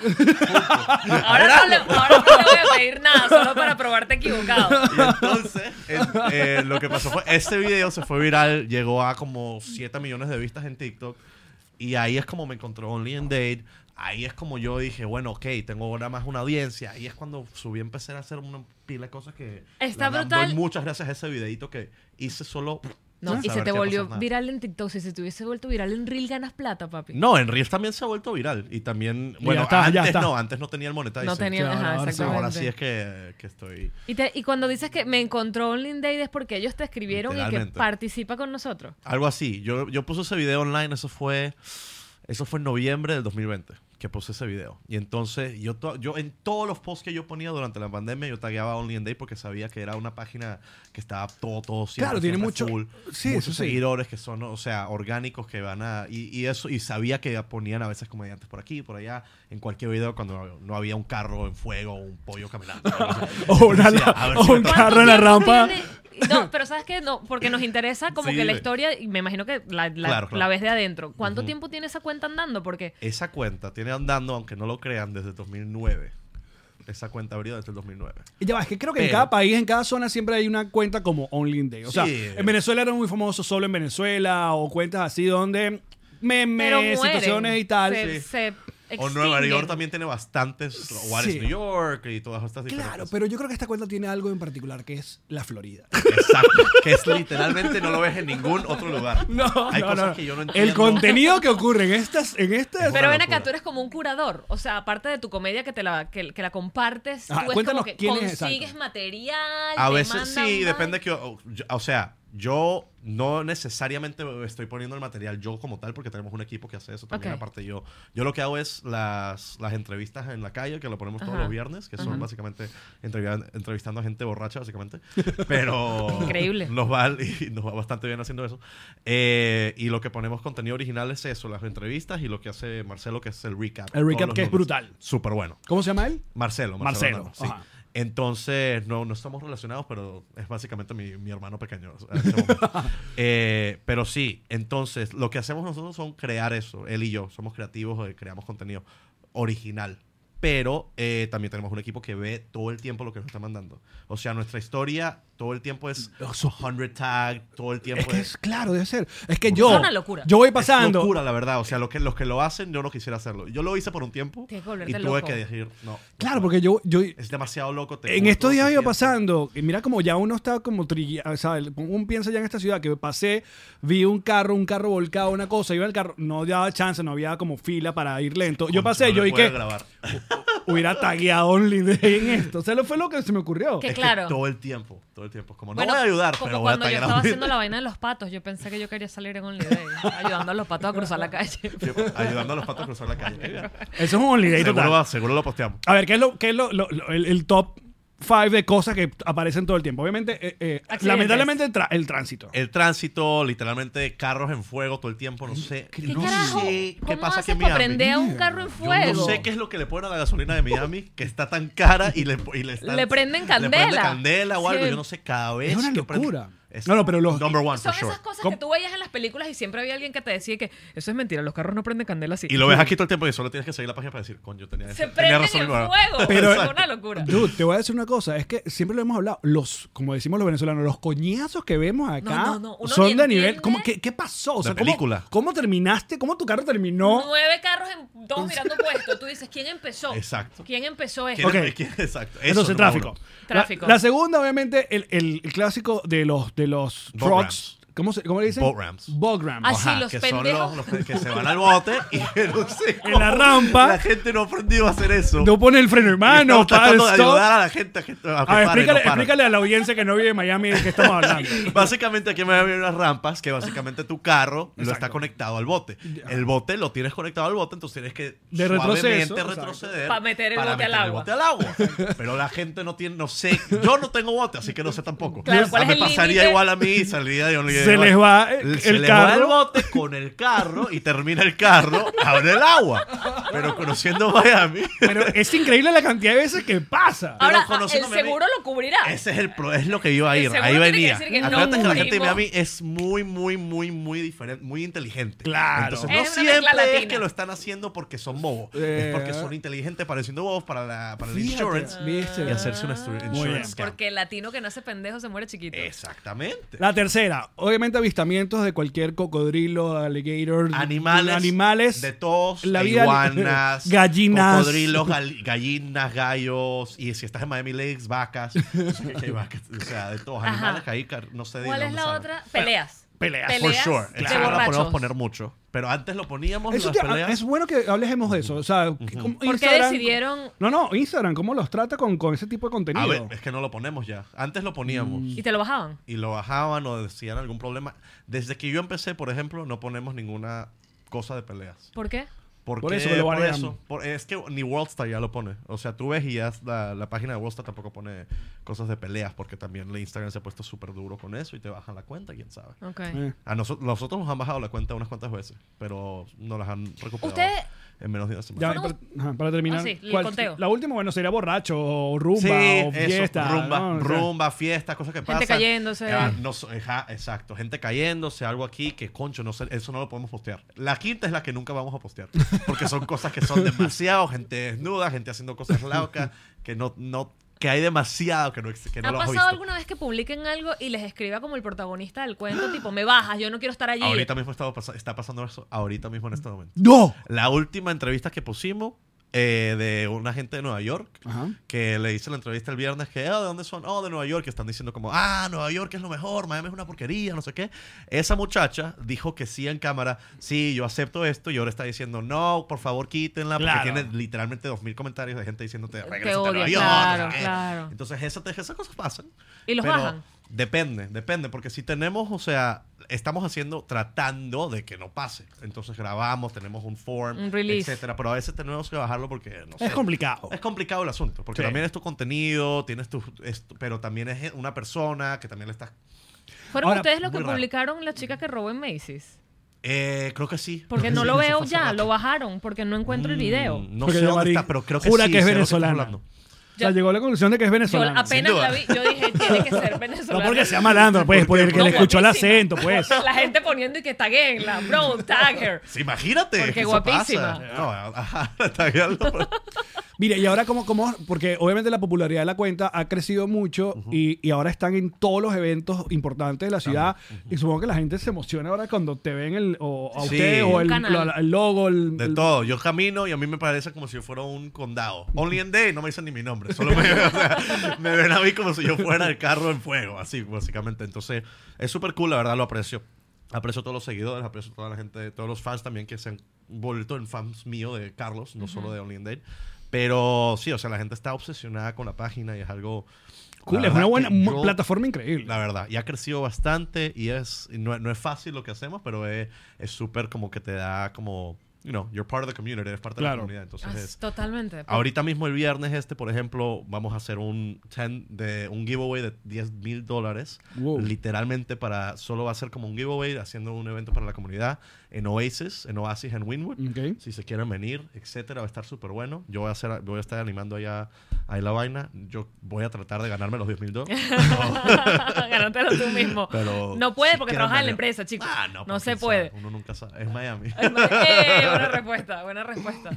Speaker 1: Ahora no, le, ahora no le voy a pedir nada, solo para probarte
Speaker 3: [laughs]
Speaker 1: equivocado.
Speaker 3: Y entonces, en- eh, lo que pasó fue, este video se fue viral, llegó a como 7 millones de vistas en TikTok. Y ahí es como me encontró Only in Date. Ahí es como yo dije, bueno, ok, tengo ahora más una audiencia. Ahí es cuando subí, empecé a hacer una pila de cosas que...
Speaker 1: Está
Speaker 3: la verdad,
Speaker 1: brutal.
Speaker 3: doy muchas gracias a ese videito que hice solo...
Speaker 1: No,
Speaker 3: sin
Speaker 1: y se
Speaker 3: saber
Speaker 1: te
Speaker 3: qué
Speaker 1: volvió
Speaker 3: pasó, nada.
Speaker 1: viral en TikTok. Si se te hubiese vuelto viral en Reel, ganas plata, papi.
Speaker 3: No, en Reels también se ha vuelto viral. Y también,
Speaker 2: Ya
Speaker 3: bueno,
Speaker 2: está, ya
Speaker 3: antes
Speaker 2: está.
Speaker 3: no, antes no tenía el monetizing.
Speaker 1: No tenía,
Speaker 2: claro,
Speaker 1: ajá,
Speaker 2: ahora sí,
Speaker 1: exactamente.
Speaker 3: Ahora sí es que, que estoy...
Speaker 1: y, te- y cuando dices que me encontró Only in Date es porque ellos te escribieron y que
Speaker 3: Literalmente.
Speaker 1: participa con
Speaker 3: [laughs]
Speaker 1: nosotros.
Speaker 3: Algo así. Yo, yo puse ese video online, eso fue, eso fue en noviembre del 2020 que puse ese video. Y entonces yo, to- yo en todos los posts que yo ponía durante la pandemia, yo tagueaba Only in Day porque sabía que era una página que estaba todo, todo siempre,
Speaker 2: Claro, tiene
Speaker 3: siempre
Speaker 2: mucho- sí, eso
Speaker 3: muchos
Speaker 2: sí.
Speaker 3: seguidores que son, o sea, orgánicos que van a... Y, y eso, y sabía que ponían a veces comediantes por aquí, por allá, en cualquier video cuando no había un carro en fuego o un pollo caminando.
Speaker 2: [laughs] O, una-
Speaker 3: Entonces, a ver
Speaker 2: o
Speaker 3: si me
Speaker 2: un
Speaker 3: toca.
Speaker 2: carro en la
Speaker 1: ¿Cuánto
Speaker 2: rampa.
Speaker 1: tiempo tiene- No, pero sabes que no, porque nos interesa como
Speaker 3: Sí,
Speaker 1: que la
Speaker 3: dime.
Speaker 1: historia, y me imagino que la, la,
Speaker 3: Claro, claro.
Speaker 1: la ves de adentro. ¿Cuánto tiempo tiene esa cuenta andando? Porque
Speaker 3: Esa cuenta tiene andando, aunque no lo crean, desde 2009. esa cuenta abrida desde el 2009.
Speaker 2: Y ya va, es que creo que en
Speaker 3: Pero-
Speaker 2: cada país, en cada zona, siempre hay una cuenta como Only in Day. O sea,
Speaker 3: Sí.
Speaker 2: en Venezuela era muy famoso solo en Venezuela o cuentas así donde
Speaker 1: Pero
Speaker 2: memes,
Speaker 1: mueren.
Speaker 2: situaciones y tal.
Speaker 1: Se-
Speaker 3: Sí.
Speaker 1: se
Speaker 3: O Nueva
Speaker 1: extinguen.
Speaker 3: York también tiene bastantes. O What
Speaker 2: Sí.
Speaker 3: is New York y todas estas
Speaker 2: Claro,
Speaker 3: diferentes.
Speaker 2: pero yo creo que esta cuenta tiene algo en particular que es la Florida.
Speaker 3: Exacto. Que es literalmente no lo ves en ningún otro lugar.
Speaker 2: [laughs] No,
Speaker 3: Hay
Speaker 2: no,
Speaker 3: cosas
Speaker 2: no.
Speaker 3: que yo no entiendo.
Speaker 2: El contenido que ocurre en estas, en estas.
Speaker 1: Pero
Speaker 3: Una
Speaker 1: ven acá,
Speaker 3: locura.
Speaker 1: tú eres como un curador. O sea, aparte de tu comedia que te la, que, que la compartes,
Speaker 3: Ah,
Speaker 2: Ajá,
Speaker 1: tú es
Speaker 2: cuéntanos
Speaker 1: como que
Speaker 2: quién es,
Speaker 1: consigues
Speaker 2: exacto.
Speaker 1: material.
Speaker 3: A
Speaker 1: te
Speaker 3: veces
Speaker 1: mandan
Speaker 3: sí,
Speaker 1: más.
Speaker 3: depende que. O, yo- o sea, yo no necesariamente estoy poniendo el material yo como tal, porque tenemos un equipo que hace eso también.
Speaker 1: Ok.
Speaker 3: Aparte, yo yo lo que hago es las, las entrevistas en la calle, que lo ponemos todos
Speaker 1: Ajá.
Speaker 3: los viernes, que son básicamente entrevi- entrevistando a gente borracha, básicamente. [laughs] Pero.
Speaker 1: Increíble.
Speaker 3: Nos va, y nos va bastante bien haciendo eso. Eh, y lo que ponemos contenido original es eso, las entrevistas y lo que hace Marcelo, que es el recap.
Speaker 2: El recap
Speaker 3: todos los
Speaker 2: que es
Speaker 3: lunes.
Speaker 2: brutal.
Speaker 3: Súper bueno.
Speaker 2: ¿Cómo se llama él?
Speaker 3: Marcelo.
Speaker 2: Marcelo,
Speaker 3: Hernández, sí.
Speaker 2: ajá.
Speaker 3: Entonces, no, no estamos relacionados, pero es básicamente mi, mi hermano pequeño. o sea, en
Speaker 2: [laughs]
Speaker 3: este momento. Eh, pero sí, entonces, lo que hacemos nosotros son crear eso. Él y yo somos creativos, eh, creamos contenido original. Pero eh, también tenemos un equipo que ve todo el tiempo lo que nos está mandando. O sea, nuestra historia todo el tiempo es 100 tag, todo el tiempo
Speaker 2: Es que
Speaker 3: es...
Speaker 2: es claro, debe ser. Es que
Speaker 3: Es
Speaker 2: yo.
Speaker 1: una locura.
Speaker 2: Yo voy
Speaker 3: Es
Speaker 2: pasando.
Speaker 3: locura, la verdad. O sea, lo que, los que lo hacen, yo no quisiera hacerlo. Yo lo hice por un tiempo
Speaker 1: Tienes que volverte
Speaker 3: y tuve
Speaker 1: loco.
Speaker 3: que decir, no. no
Speaker 2: Claro,
Speaker 3: puedo.
Speaker 2: porque yo, yo
Speaker 3: Es demasiado loco. te
Speaker 2: En
Speaker 3: juro,
Speaker 2: estos
Speaker 3: todo
Speaker 2: días
Speaker 3: ese
Speaker 2: iba
Speaker 3: tiempo.
Speaker 2: pasando, y mira como ya uno está como trillado, o sea, el- uno piensa ya en esta ciudad que pasé, vi un carro, un carro volcado, una cosa, iba el carro, no daba chance, no había como fila para ir lento. Yo
Speaker 3: Concha,
Speaker 2: pasé,
Speaker 3: no
Speaker 2: yo
Speaker 3: le
Speaker 2: y
Speaker 3: puedo
Speaker 2: que
Speaker 3: grabar.
Speaker 2: hubiera tagueado Only Day en esto. O sea, lo fue lo que se me ocurrió.
Speaker 1: Que
Speaker 3: Es que
Speaker 1: claro.
Speaker 3: todo el tiempo, todo el tiempo. Es Como,
Speaker 1: Bueno,
Speaker 3: no voy a ayudar,
Speaker 1: como
Speaker 3: pero voy a
Speaker 1: cuando yo
Speaker 3: taggear
Speaker 1: estaba
Speaker 3: a [laughs]
Speaker 1: haciendo la vaina de los patos, yo pensé que yo quería salir en Only Day, [laughs] ayudando a los patos a cruzar la calle.
Speaker 3: pues, Ayudando a los patos a cruzar la calle.
Speaker 2: Eso es un Only Day
Speaker 3: seguro,
Speaker 2: total.
Speaker 3: va- seguro lo posteamos.
Speaker 2: A ver, ¿qué es lo, qué es lo, lo- lo- el, el top 5 de cosas que aparecen todo el tiempo? Obviamente, eh, eh,
Speaker 1: Accidentes.
Speaker 2: lamentablemente el, tra- el tránsito.
Speaker 3: El tránsito, literalmente carros en fuego todo el tiempo. No sé.
Speaker 1: ¿Qué
Speaker 3: no
Speaker 1: carajo?
Speaker 3: sé qué
Speaker 1: ¿Cómo
Speaker 3: pasa aquí
Speaker 1: haces
Speaker 3: en
Speaker 1: para
Speaker 3: Miami.
Speaker 1: prender a un carro en
Speaker 3: Yo
Speaker 1: fuego?
Speaker 3: no sé qué es lo que le ponen a la gasolina de Miami que está tan cara y le, y le, están-
Speaker 1: Le prenden
Speaker 3: Le
Speaker 1: candela.
Speaker 3: prenden candela o algo.
Speaker 1: Sí.
Speaker 3: Yo no sé cada vez.
Speaker 2: Es una
Speaker 3: que prende-
Speaker 2: locura. No, no, pero los-
Speaker 3: Number one,
Speaker 1: Son
Speaker 3: for sure.
Speaker 1: esas cosas
Speaker 2: ¿Cómo?
Speaker 1: que tú veías en las películas y siempre había alguien que te decía que eso es mentira, los carros no prenden candela así.
Speaker 3: Y lo ves
Speaker 2: [laughs]
Speaker 3: aquí todo el tiempo y solo tienes que seguir la página para decir, coño, tenía
Speaker 1: Se
Speaker 3: tenía
Speaker 1: prenden
Speaker 3: razón
Speaker 1: en
Speaker 3: mi mamá.
Speaker 1: fuego.
Speaker 2: Pero-
Speaker 1: es una locura.
Speaker 2: Dude, te voy a decir una cosa, es que siempre lo hemos hablado, los, como decimos los venezolanos, los coñazos que vemos acá
Speaker 1: No, no, no, uno
Speaker 2: son
Speaker 1: ni
Speaker 2: de nivel.
Speaker 1: entiende.
Speaker 2: ¿cómo, qué, qué pasó? O
Speaker 3: La
Speaker 2: sea, ¿cómo-
Speaker 3: película.
Speaker 2: ¿cómo, terminaste? ¿Cómo tu carro terminó?
Speaker 1: Nueve carros en todos mirando puesto. Tú dices, ¿quién empezó?
Speaker 3: Exacto.
Speaker 1: ¿Quién empezó
Speaker 3: ¿Quién
Speaker 1: esto?
Speaker 3: es-
Speaker 2: Ok.
Speaker 3: [laughs] quién- exacto. Eso,
Speaker 2: Entonces,
Speaker 3: número
Speaker 2: tráfico.
Speaker 3: uno.
Speaker 2: La-
Speaker 1: Tráfico.
Speaker 2: La, segunda, obviamente, el, el- el clásico de los, de los
Speaker 3: Boat
Speaker 2: trucks. ¿Cómo, se, ¿Cómo le dicen?
Speaker 3: Boat ramps.
Speaker 2: Boat ramps.
Speaker 1: Así, Ah, los
Speaker 3: que
Speaker 1: pendejos.
Speaker 3: son los, los que se van al bote y [laughs] que no sé
Speaker 2: En
Speaker 3: cómo
Speaker 2: la rampa.
Speaker 3: La gente no ha aprendido a hacer eso.
Speaker 2: No pone el freno, hermano.
Speaker 3: Estamos
Speaker 2: para,
Speaker 3: tratando de
Speaker 2: stop.
Speaker 3: ayudar a la gente a que, a que
Speaker 2: A ver,
Speaker 3: pare,
Speaker 2: explícale,
Speaker 3: no para.
Speaker 2: explícale a la audiencia que no vive en Miami de qué estamos
Speaker 3: [laughs]
Speaker 2: hablando.
Speaker 3: Básicamente aquí me Miami hay unas rampas que básicamente tu carro lo está conectado al bote. El bote lo tienes conectado al bote, entonces tienes que
Speaker 2: De
Speaker 3: suavemente
Speaker 2: retroceso, exacto.
Speaker 3: retroceder
Speaker 1: Pa' meter el
Speaker 3: para
Speaker 1: bote al
Speaker 3: meter
Speaker 1: agua.
Speaker 3: bote al agua. Pero la gente no tiene, no sé, yo no tengo bote, así que no sé tampoco.
Speaker 1: Claro, ¿cuál
Speaker 3: Ah,
Speaker 1: es
Speaker 3: me
Speaker 1: el
Speaker 3: pasaría
Speaker 1: límite?
Speaker 3: igual a mí, salida de Only Day
Speaker 2: Se
Speaker 3: Bar.
Speaker 2: les va el-
Speaker 3: Se
Speaker 2: el
Speaker 3: les va el
Speaker 2: carro.
Speaker 3: bote con el carro y termina el carro, abre el agua. Pero conociendo Miami,
Speaker 2: Pero es increíble la cantidad de veces que pasa.
Speaker 3: Pero
Speaker 1: Ahora, el
Speaker 3: conociéndome a mí-
Speaker 1: seguro lo cubrirá.
Speaker 3: Ese es el pro- es lo que iba a
Speaker 1: El
Speaker 3: ir.
Speaker 1: seguro
Speaker 3: Ahí
Speaker 1: tiene que
Speaker 3: venía.
Speaker 1: decir que no
Speaker 3: Acuérdate que la gente de
Speaker 1: mínimo.
Speaker 3: Miami es muy, muy, muy, muy diferente, muy inteligente.
Speaker 2: Claro.
Speaker 3: Entonces no
Speaker 1: Es una mezcla
Speaker 3: siempre es
Speaker 1: latina.
Speaker 3: que lo están haciendo porque son bobos.
Speaker 2: Eh.
Speaker 3: Es porque son inteligentes pareciendo bobos para la, para el
Speaker 2: Fíjate,
Speaker 3: insurance
Speaker 2: ¿viste?
Speaker 1: Ah.
Speaker 3: y hacerse una insurance
Speaker 2: Muy bien.
Speaker 3: scam.
Speaker 1: Porque el latino que nace pendejo se muere chiquito.
Speaker 3: Exactamente.
Speaker 2: La tercera, obviamente avistamientos de cualquier cocodrilo, alligator,
Speaker 3: Animales,
Speaker 2: animales
Speaker 3: de todos,
Speaker 2: la vida-
Speaker 3: iguanas,
Speaker 2: [laughs] gallinas.
Speaker 3: cocodrilos, gal- gallinas, gallos y si estás en Miami
Speaker 2: [laughs]
Speaker 3: Lakes, vacas, Aquí hay vacas, o sea, de todos,
Speaker 1: Ajá.
Speaker 3: animales que ahí car- no se diga,
Speaker 1: ¿Cuál es
Speaker 3: no
Speaker 1: la
Speaker 3: saben.
Speaker 1: otra? Peleas.
Speaker 2: peleas.
Speaker 3: For
Speaker 1: Peleas
Speaker 3: sure.
Speaker 1: de
Speaker 3: Claro, no la podemos
Speaker 1: borrachos.
Speaker 3: poner mucho. Pero antes lo poníamos
Speaker 2: Eso
Speaker 3: las
Speaker 2: te-
Speaker 3: peleas.
Speaker 2: es bueno que hablemos de eso. O sea, ¿cómo
Speaker 1: ¿Por qué
Speaker 2: Instagram-
Speaker 1: decidieron-
Speaker 2: No, no, Instagram, ¿cómo los trata con, con ese tipo de
Speaker 3: A
Speaker 2: contenido?
Speaker 3: ver, es que no lo ponemos ya. Antes lo poníamos.
Speaker 2: Mm.
Speaker 1: ¿Y te lo bajaban?
Speaker 3: Y lo bajaban o decían algún problema. Desde que yo empecé, por ejemplo, no ponemos ninguna cosa de peleas.
Speaker 1: ¿Por qué?
Speaker 3: ¿Por,
Speaker 2: Por
Speaker 3: qué?
Speaker 2: eso lo
Speaker 3: Por
Speaker 2: banean.
Speaker 3: eso. Por- es que ni Worldstar ya lo pone. O sea, tú ves y ya la, la página de Worldstar tampoco pone cosas de peleas porque también la Instagram se ha puesto súper duro con eso y te bajan la cuenta, quién sabe.
Speaker 1: Ok.
Speaker 2: Eh.
Speaker 3: A nosotros, nosotros nos han bajado la cuenta unas cuantas veces, pero no las han recuperado.
Speaker 1: Ustedes
Speaker 3: en menos de una semana.
Speaker 2: Ya,
Speaker 1: Fueron
Speaker 2: para, ajá, para terminar.
Speaker 1: Ah, sí, el
Speaker 2: ¿cuál-
Speaker 1: conteo.
Speaker 2: La última, bueno, sería borracho o rumba
Speaker 3: sí,
Speaker 2: o
Speaker 3: eso,
Speaker 2: fiesta.
Speaker 3: rumba,
Speaker 2: ¿no? O sea,
Speaker 3: rumba, fiesta, cosas que pasan.
Speaker 1: cayéndose.
Speaker 3: Ah, no so- ajá, exacto, gente cayéndose, algo aquí que, concho, no sé, eso no lo podemos postear. La quinta es la que nunca vamos a postear, porque son cosas que son demasiado, gente desnuda, gente haciendo cosas locas, que no, no, que hay demasiado que no, ex- que no
Speaker 1: ¿Ha
Speaker 3: lo has
Speaker 1: pasado
Speaker 3: visto.
Speaker 1: alguna vez que publiquen algo y les escriba como el protagonista del cuento, tipo, me bajas, yo no quiero estar allí?
Speaker 3: Ahorita mismo está, pas- está pasando eso, ahorita mismo en este momento.
Speaker 2: ¡No!
Speaker 3: La última entrevista que pusimos eh, de una gente de Nueva York,
Speaker 2: Ajá.
Speaker 3: que le hice la entrevista el viernes que, "Ah, ¿de dónde son? Oh, de Nueva York. Que están diciendo como, ah, Nueva York es lo mejor, Miami es una porquería, no sé qué. Esa muchacha dijo que sí en cámara, sí, yo acepto esto. Y ahora está diciendo, no, por favor, quítenla. Porque
Speaker 2: Claro.
Speaker 3: tiene literalmente 2.000 comentarios de gente diciéndote, regresa
Speaker 1: Te
Speaker 3: a
Speaker 1: odio,
Speaker 3: Nueva York.
Speaker 1: claro,
Speaker 3: no sé qué".
Speaker 1: claro.
Speaker 3: Entonces esas, esas cosas pasan.
Speaker 1: ¿Y los
Speaker 3: pero
Speaker 1: bajan?
Speaker 3: Depende, depende, porque si tenemos, o sea, estamos haciendo, tratando de que no pase. Entonces grabamos, tenemos un form,
Speaker 1: Un release.
Speaker 3: etcétera, pero a veces tenemos que bajarlo porque no
Speaker 2: Es
Speaker 3: sé,
Speaker 2: complicado.
Speaker 3: es complicado el asunto, porque
Speaker 2: Oh. Sí.
Speaker 3: también es tu contenido, tienes tu, es tu- pero también es una persona que también le estás...
Speaker 1: ¿Fueron
Speaker 2: Ahora,
Speaker 1: ustedes los
Speaker 3: muy
Speaker 1: que
Speaker 3: raro.
Speaker 1: publicaron la chica que robó en
Speaker 3: [laughs]
Speaker 1: Macy's?
Speaker 3: Eh, creo que sí.
Speaker 1: Porque
Speaker 3: creo que
Speaker 1: no
Speaker 3: sí,
Speaker 1: lo
Speaker 3: eso fue
Speaker 1: veo
Speaker 3: hace
Speaker 1: ya,
Speaker 3: rato.
Speaker 1: lo bajaron porque no encuentro el video.
Speaker 3: Mm, No
Speaker 2: Porque
Speaker 3: sé
Speaker 2: yo,
Speaker 3: dónde
Speaker 2: Mari,
Speaker 3: está, pero creo que
Speaker 2: jura
Speaker 3: sí.
Speaker 2: que es
Speaker 3: sé de lo estás
Speaker 2: venezolana.
Speaker 3: hablando.
Speaker 2: O sea,
Speaker 1: Yo-
Speaker 2: llegó a la conclusión de que es
Speaker 1: Yo
Speaker 2: venezolano.
Speaker 1: apenas
Speaker 3: duda.
Speaker 1: la vi, yo dije, tiene que ser
Speaker 2: No
Speaker 1: venezolana.
Speaker 2: porque sea malandro, pues, por el que
Speaker 1: No,
Speaker 2: le escuchó el
Speaker 1: guapísima.
Speaker 2: acento,
Speaker 1: [laughs]
Speaker 2: pues.
Speaker 1: La gente poniendo y que taguenla, bro, tag her.
Speaker 3: Sí, imagínate.
Speaker 1: Porque
Speaker 3: que eso
Speaker 1: guapísima.
Speaker 3: pasa. No, ajá, [laughs] está bien, lo-
Speaker 2: Mire, y ahora como, como, porque obviamente la popularidad de la cuenta ha crecido mucho y, y ahora están en todos los eventos importantes de la ciudad. Y supongo que la gente se emociona ahora cuando te ven el, o a
Speaker 3: Sí.
Speaker 2: usted o
Speaker 3: Un
Speaker 2: el,
Speaker 1: canal.
Speaker 2: lo- el logo, el,
Speaker 3: De
Speaker 2: el-
Speaker 3: todo. Yo camino y a mí me parece como si yo fuera un condado. Only en Day no me dicen ni mi nombre. Solo me, [laughs] o sea, me ven a mí como si yo fuera el carro en fuego, así básicamente. Entonces es súper cool, la verdad, lo aprecio. Aprecio a todos los seguidores, aprecio a toda la gente, todos los fans también que se han vuelto en fans mío de Carlos, no solo de Only in Day. Pero sí, o sea, la gente está obsesionada con la página y es algo...
Speaker 2: Cool,
Speaker 3: la
Speaker 2: es una
Speaker 3: verdad
Speaker 2: buena
Speaker 3: que
Speaker 2: mu-
Speaker 3: yo-
Speaker 2: plataforma increíble.
Speaker 3: la verdad. Y ha crecido bastante y es y no, no es fácil lo que hacemos, pero es es súper como que te da como, you know, you're part of the community, eres parte de
Speaker 2: Claro.
Speaker 3: la comunidad. Entonces,
Speaker 1: Ah,
Speaker 3: es-
Speaker 1: Totalmente. [laughs]
Speaker 3: ahorita mismo el viernes este, por ejemplo, vamos a hacer un 10 de un giveaway de 10 mil dólares.
Speaker 2: Wow.
Speaker 3: Literalmente para, solo va a ser como un giveaway haciendo un evento para la comunidad en Oasis, en Oasis, en Winwood
Speaker 2: Ok.
Speaker 3: si se quieren venir, etcétera, va a estar súper bueno. Yo voy a hacer, voy a estar animando allá ahí la vaina. Yo voy a tratar de ganarme los 10 mil dólares.
Speaker 1: Ganátelo tú mismo.
Speaker 3: Pero
Speaker 1: [laughs] no puede
Speaker 3: si
Speaker 1: porque
Speaker 3: quieren
Speaker 1: trabaja en
Speaker 3: venir.
Speaker 1: la empresa, chicos.
Speaker 3: Ah,
Speaker 1: no
Speaker 3: pero
Speaker 1: se
Speaker 3: quién
Speaker 1: puede.
Speaker 3: sabe, Uno nunca sabe. Es Miami.
Speaker 1: Eh, buena respuesta, buena
Speaker 2: [laughs]
Speaker 1: respuesta.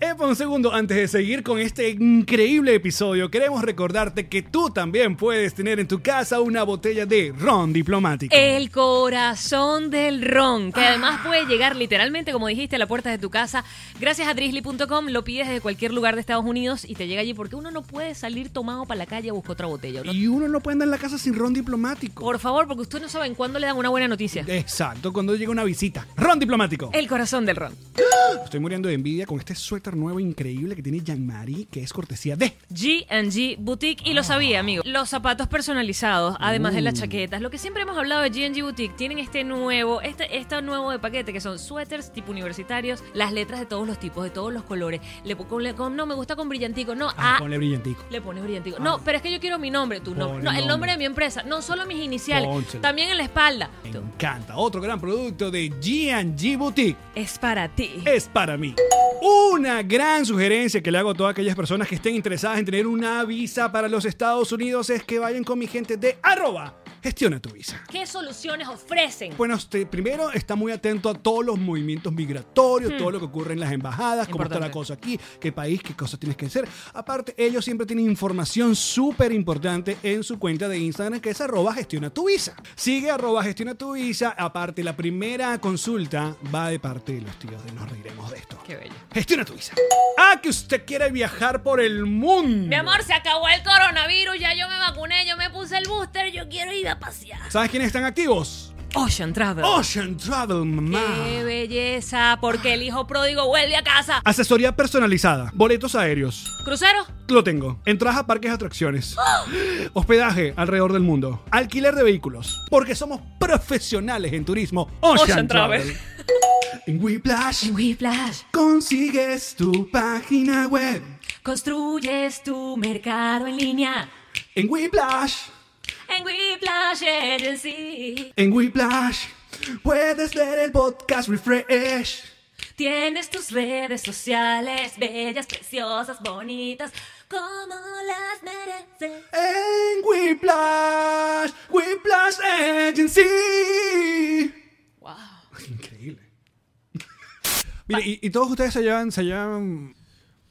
Speaker 2: Epa, un segundo, antes de seguir con este increíble episodio, queremos recordarte que tú también puedes tener en tu casa una botella de ron diplomático.
Speaker 1: El corazón del ron, que
Speaker 2: Ah.
Speaker 1: además puede llegar literalmente, como dijiste, a la puerta de tu casa. Gracias a drizzly.com lo pides desde cualquier lugar de Estados Unidos y te llega allí porque uno no puede salir tomado para la calle a buscar otra botella. ¿no?
Speaker 2: Y uno no puede andar en la casa sin ron diplomático.
Speaker 1: Por favor, porque ustedes no saben cuándo le dan una buena noticia.
Speaker 2: Exacto, cuando llega una visita. Ron diplomático.
Speaker 1: El corazón del ron.
Speaker 2: Estoy muriendo de envidia con este suéter nuevo increíble que tiene Jean-Marie, que es cortesía de.
Speaker 1: G&G Boutique y lo sabía, amigo. Los zapatos personalizados, además de las chaquetas. Lo que siempre hemos hablado de G&G Boutique, tienen este nuevo, este, este nuevo de paquete que son suéteres tipo universitarios, las letras de todos los tipos, de todos los colores. Le pongo, le- con- no, me gusta con brillantico, no,
Speaker 2: Ah,
Speaker 1: ah,
Speaker 2: ponle brillantico.
Speaker 1: le pones brillantico. No, pero es que yo quiero mi nombre, tu nombre,
Speaker 2: Pon
Speaker 1: no, el
Speaker 2: nombre.
Speaker 1: nombre de mi empresa, no solo mis iniciales,
Speaker 2: Pónselo.
Speaker 1: también en la espalda.
Speaker 2: Me
Speaker 1: Tú,
Speaker 2: encanta. Otro gran producto de G&G Boutique.
Speaker 1: Es para ti.
Speaker 2: es para mí. Una gran sugerencia que le hago a todas aquellas personas que estén interesadas en tener una visa para los Estados Unidos es que vayan con mi gente de arroba gestiona tu visa.
Speaker 1: ¿Qué soluciones ofrecen?
Speaker 2: Bueno, usted primero está muy atento a todos los movimientos migratorios, todo lo que ocurre en las embajadas, cómo está la
Speaker 1: Hmm. Importante.
Speaker 2: cosa aquí, qué país, qué cosas tienes que hacer. Aparte, ellos siempre tienen información súper importante en su cuenta de Instagram que es arroba gestiona tu visa. Sigue arroba gestiona tu visa. Aparte, la primera consulta va de parte de los tíos de Nos Reiremos de esto.
Speaker 1: Qué bello.
Speaker 2: Gestiona tu visa. Ah, que usted quiere viajar por el mundo.
Speaker 1: Mi amor, se acabó el coronavirus, ya yo me vacuné, yo me puse el booster, yo quiero ir a pasear.
Speaker 2: ¿Sabes quiénes están activos?
Speaker 1: Ocean Travel.
Speaker 2: Ocean Travel,
Speaker 1: ¡Qué
Speaker 2: mamá.
Speaker 1: belleza! Porque el hijo pródigo vuelve a casa.
Speaker 2: Asesoría personalizada. Boletos aéreos.
Speaker 1: ¿Crucero?
Speaker 2: Lo tengo. Entradas a parques y atracciones. Hospedaje alrededor del mundo. Alquiler de vehículos. Porque somos profesionales en turismo. Ocean,
Speaker 1: Ocean
Speaker 2: Travel.
Speaker 1: Travel.
Speaker 2: en Whiplash
Speaker 1: Whiplash,
Speaker 2: consigues tu página web.
Speaker 1: construyes tu mercado en línea.
Speaker 2: En Whiplash.
Speaker 1: En Whiplash Agency.
Speaker 2: En Whiplash puedes ver el podcast Refresh.
Speaker 1: Tienes tus redes sociales, bellas, preciosas, bonitas, como las mereces.
Speaker 2: En Whiplash, Whiplash Agency.
Speaker 1: Wow.
Speaker 2: Increíble. Mire, y, y todos ustedes se llevan, se llevan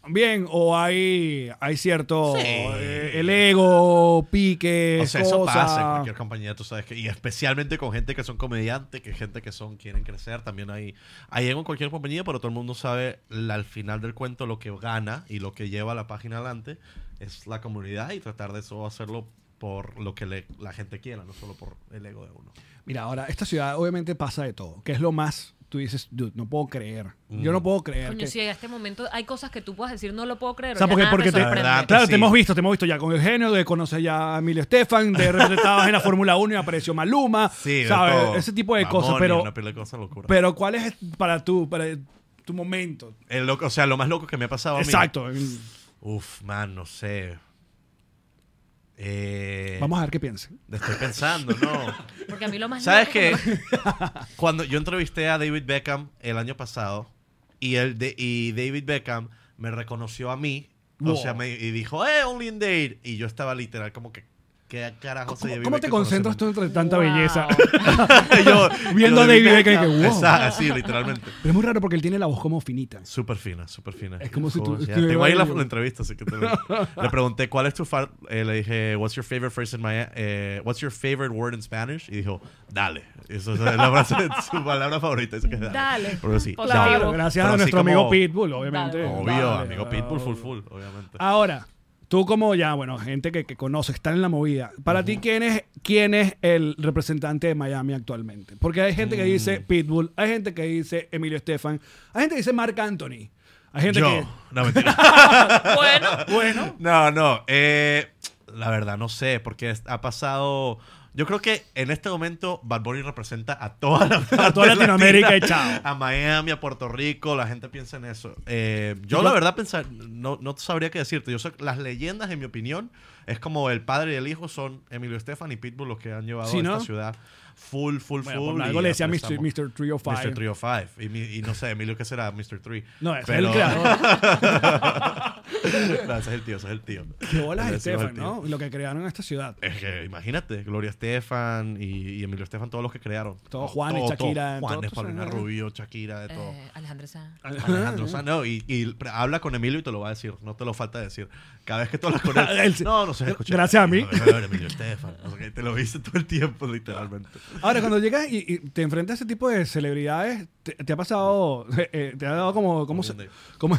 Speaker 2: bien o hay, hay cierto eh, el ego, pique,
Speaker 3: O sea, eso
Speaker 2: cosas?
Speaker 3: pasa en cualquier compañía, tú sabes que, y especialmente con gente que son comediantes, que gente que son, quieren crecer, también hay, hay en cualquier compañía, pero todo el mundo sabe la- al final del cuento lo que gana y lo que lleva la página adelante es la comunidad y tratar de eso hacerlo por lo que le- la gente quiera, no solo por el ego de uno.
Speaker 2: Mira, ahora esta ciudad obviamente pasa de todo, que es lo más tú dices, dude, no puedo creer. Yo
Speaker 3: Mm.
Speaker 2: no puedo creer
Speaker 1: Coño,
Speaker 2: que
Speaker 1: si a este momento hay cosas que tú puedas decir, no lo puedo creer.
Speaker 2: O sea,
Speaker 1: ya
Speaker 2: porque,
Speaker 1: nada
Speaker 2: porque te,
Speaker 1: me sorprende.
Speaker 3: La verdad,
Speaker 2: claro,
Speaker 3: que
Speaker 2: te
Speaker 3: sí.
Speaker 2: hemos visto, te hemos visto ya con Eugenio, de conocer ya a Emilio Estefan, de representabas en la Fórmula 1 y apareció
Speaker 3: [laughs]
Speaker 2: Maluma,
Speaker 3: de todo.
Speaker 2: ¿sabes? Ese tipo de
Speaker 3: Mamón
Speaker 2: cosas,
Speaker 3: y
Speaker 2: pero,
Speaker 3: una pila de cosas locura.
Speaker 2: pero ¿cuál es para tú, para tu momento?
Speaker 3: El loco- o sea, lo más loco que me ha pasado a mí.
Speaker 2: Exacto.
Speaker 3: Uf, man, no sé. Eh,
Speaker 2: Vamos a ver qué piensen.
Speaker 3: Estoy pensando, ¿no?
Speaker 1: Porque a mí lo más
Speaker 3: ¿Sabes
Speaker 1: loco
Speaker 3: qué?
Speaker 1: que me-
Speaker 3: [laughs] Cuando yo entrevisté a David Beckham el año pasado y, el de, y David Beckham me reconoció a mí,
Speaker 2: Wow.
Speaker 3: o sea, me, y dijo, ¡eh, Only in Dade! Y yo estaba literal como que, ¿qué carajo se
Speaker 2: ¿Cómo, cómo te concentras tú entre tanta
Speaker 1: Wow.
Speaker 2: belleza?
Speaker 3: Viendo [laughs]
Speaker 2: Viendo a David Beckham, que, wow.
Speaker 3: sí, literalmente.
Speaker 2: [laughs] Pero es muy raro porque él tiene la voz como finita.
Speaker 3: Súper fina, súper fina.
Speaker 2: Es como si tú-
Speaker 3: Joder, ya.
Speaker 2: estuviera
Speaker 3: Tengo ahí la,
Speaker 2: ahí.
Speaker 3: la entrevista, así que te lo-
Speaker 2: [laughs]
Speaker 3: Le pregunté, ¿cuál es tu... fa- eh, le dije, what's your favorite phrase in my... eh, what's your favorite word in Spanish? Y dijo, dale. Eso es la frase, su palabra favorita. Eso que es dale.
Speaker 1: Dale.
Speaker 3: Pero sí,
Speaker 1: Positivo.
Speaker 3: dale.
Speaker 1: Claro,
Speaker 2: Gracias
Speaker 3: Pero
Speaker 2: a
Speaker 3: así
Speaker 2: nuestro
Speaker 3: como-
Speaker 2: amigo Pitbull, obviamente.
Speaker 3: Obvio,
Speaker 2: Vale,
Speaker 3: amigo
Speaker 2: vale,
Speaker 3: Pitbull, full,
Speaker 2: obvio.
Speaker 3: full, obviamente.
Speaker 2: Ahora, tú como ya, bueno, gente que, que conoce, está en la movida. Para ti, ¿quién es, ¿quién es el representante de Miami actualmente? Porque hay gente que dice
Speaker 3: Mm.
Speaker 2: Pitbull, hay gente que dice Emilio Estefan, hay gente que dice Marc Anthony. Hay gente
Speaker 3: Yo,
Speaker 2: que...
Speaker 3: no mentira.
Speaker 1: [laughs] Bueno,
Speaker 2: Bueno,
Speaker 3: [laughs] No, no. eh, la verdad, no sé, porque es- ha pasado. Yo creo que en este momento Bad Bunny representa a toda,
Speaker 2: [laughs]
Speaker 3: la
Speaker 2: A toda
Speaker 3: parte
Speaker 2: Latinoamérica
Speaker 3: latina,
Speaker 2: y chao.
Speaker 3: A Miami, a Puerto Rico, la gente piensa en eso. Eh, yo,
Speaker 2: Yo-
Speaker 3: la verdad, pensar, no, no sabría qué decirte. Yo sé, las leyendas, en mi opinión, es como el padre y el hijo son Emilio Estefan y Pitbull los que han llevado
Speaker 2: Sí,
Speaker 3: a esta
Speaker 2: ¿no?
Speaker 3: ciudad full, full,
Speaker 2: Bueno,
Speaker 3: full.
Speaker 2: por
Speaker 3: y
Speaker 2: algo le decía Mr.
Speaker 3: apreciamos-
Speaker 2: Mr. 305.
Speaker 3: Mr. 305. Y, mi- y no sé, Emilio, ¿qué será Mr. 3?
Speaker 2: No, es
Speaker 3: Pero-
Speaker 2: el
Speaker 3: [laughs]
Speaker 2: creador. [laughs]
Speaker 3: No, ese es el tío, ese es el tío.
Speaker 2: Qué bolas
Speaker 3: Ese es el
Speaker 2: Estefan,
Speaker 3: tío.
Speaker 2: ¿no? Lo que crearon en esta ciudad.
Speaker 3: Es que imagínate, Gloria Estefan y, y Emilio Estefan, todos los que crearon.
Speaker 2: Todo, Juanes, Shakira, todo,
Speaker 3: Juanes,
Speaker 2: tú
Speaker 3: Paulina
Speaker 2: sabes, ¿no?
Speaker 3: Rubio, Shakira, de todo.
Speaker 1: eh, Alejandra Sanz.
Speaker 3: Alejandro Sanz, no, y, y pre- habla con Emilio y te lo va a decir, no te lo falta decir. Cada vez que
Speaker 2: [laughs]
Speaker 3: tú hablas con él,
Speaker 2: Ah, Él sí.
Speaker 3: no, no sé escuchar.
Speaker 2: Gracias a mí.
Speaker 3: Emilio Estefan, no sé qué, te lo dice todo el tiempo, literalmente.
Speaker 2: Ahora, cuando llegas y, y te enfrentas a ese tipo de celebridades, te, te ha pasado, [laughs] eh, eh, te ha dado como, ¿cómo se-
Speaker 3: [laughs]
Speaker 2: cómo-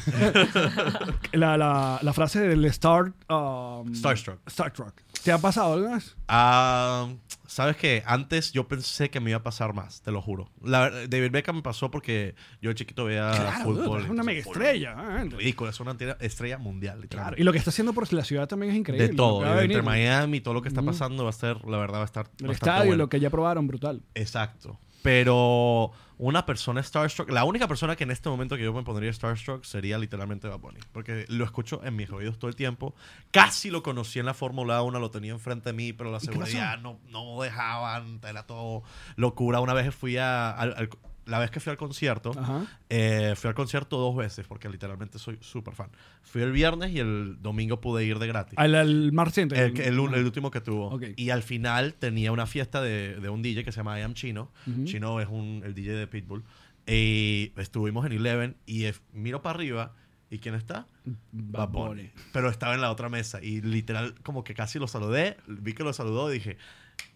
Speaker 2: [laughs] la, la, la frase del Star... um,
Speaker 3: Starstruck.
Speaker 2: Starstruck. ¿Te ha pasado alguna vez?
Speaker 3: Ah, Sabes que antes yo pensé que me iba a pasar más, te lo juro. La, ver- David Beckham me pasó porque yo de chiquito veía
Speaker 2: Claro, dude,
Speaker 3: Ah, fútbol.
Speaker 2: es una mega estrella. ¿eh?
Speaker 3: Ridículo, es una entera- estrella mundial.
Speaker 2: Claro,
Speaker 3: literalmente.
Speaker 2: Y lo que está haciendo por la ciudad también es increíble.
Speaker 3: de todo.
Speaker 2: lo que va a
Speaker 3: Entre
Speaker 2: venir.
Speaker 3: Miami, todo lo que está pasando va a ser, la verdad, va a estar.
Speaker 2: El
Speaker 3: bastante
Speaker 2: estadio,
Speaker 3: bueno.
Speaker 2: lo que ya probaron, brutal.
Speaker 3: Exacto. Pero una persona Starstruck, la única persona que en este momento que yo me pondría Starstruck sería literalmente Bad Bunny. Porque lo escucho en mis oídos todo el tiempo. Casi lo conocí en la Fórmula 1, lo tenía enfrente de mí, pero la
Speaker 2: qué pasó?
Speaker 3: seguridad no, no dejaban, era todo locura. Una vez fui a. al- al- la vez que fui al concierto,
Speaker 2: Ajá.
Speaker 3: eh, fui al concierto dos veces, porque literalmente soy súper fan. Fui el viernes y el domingo pude ir de gratis.
Speaker 2: Al, al Mar Center.
Speaker 3: El, que- el un- el último que tuvo.
Speaker 2: Ah, Ok.
Speaker 3: Y al final tenía una fiesta de, de un DJ que se llama I Am Chino. Chino es un, el DJ de Pitbull. Y estuvimos en Eleven y eh, miro para arriba. ¿Y quién está?
Speaker 2: Bad Bunny.
Speaker 3: Pero estaba en la otra mesa. Y literal, como que casi lo saludé. Vi que lo saludó y dije,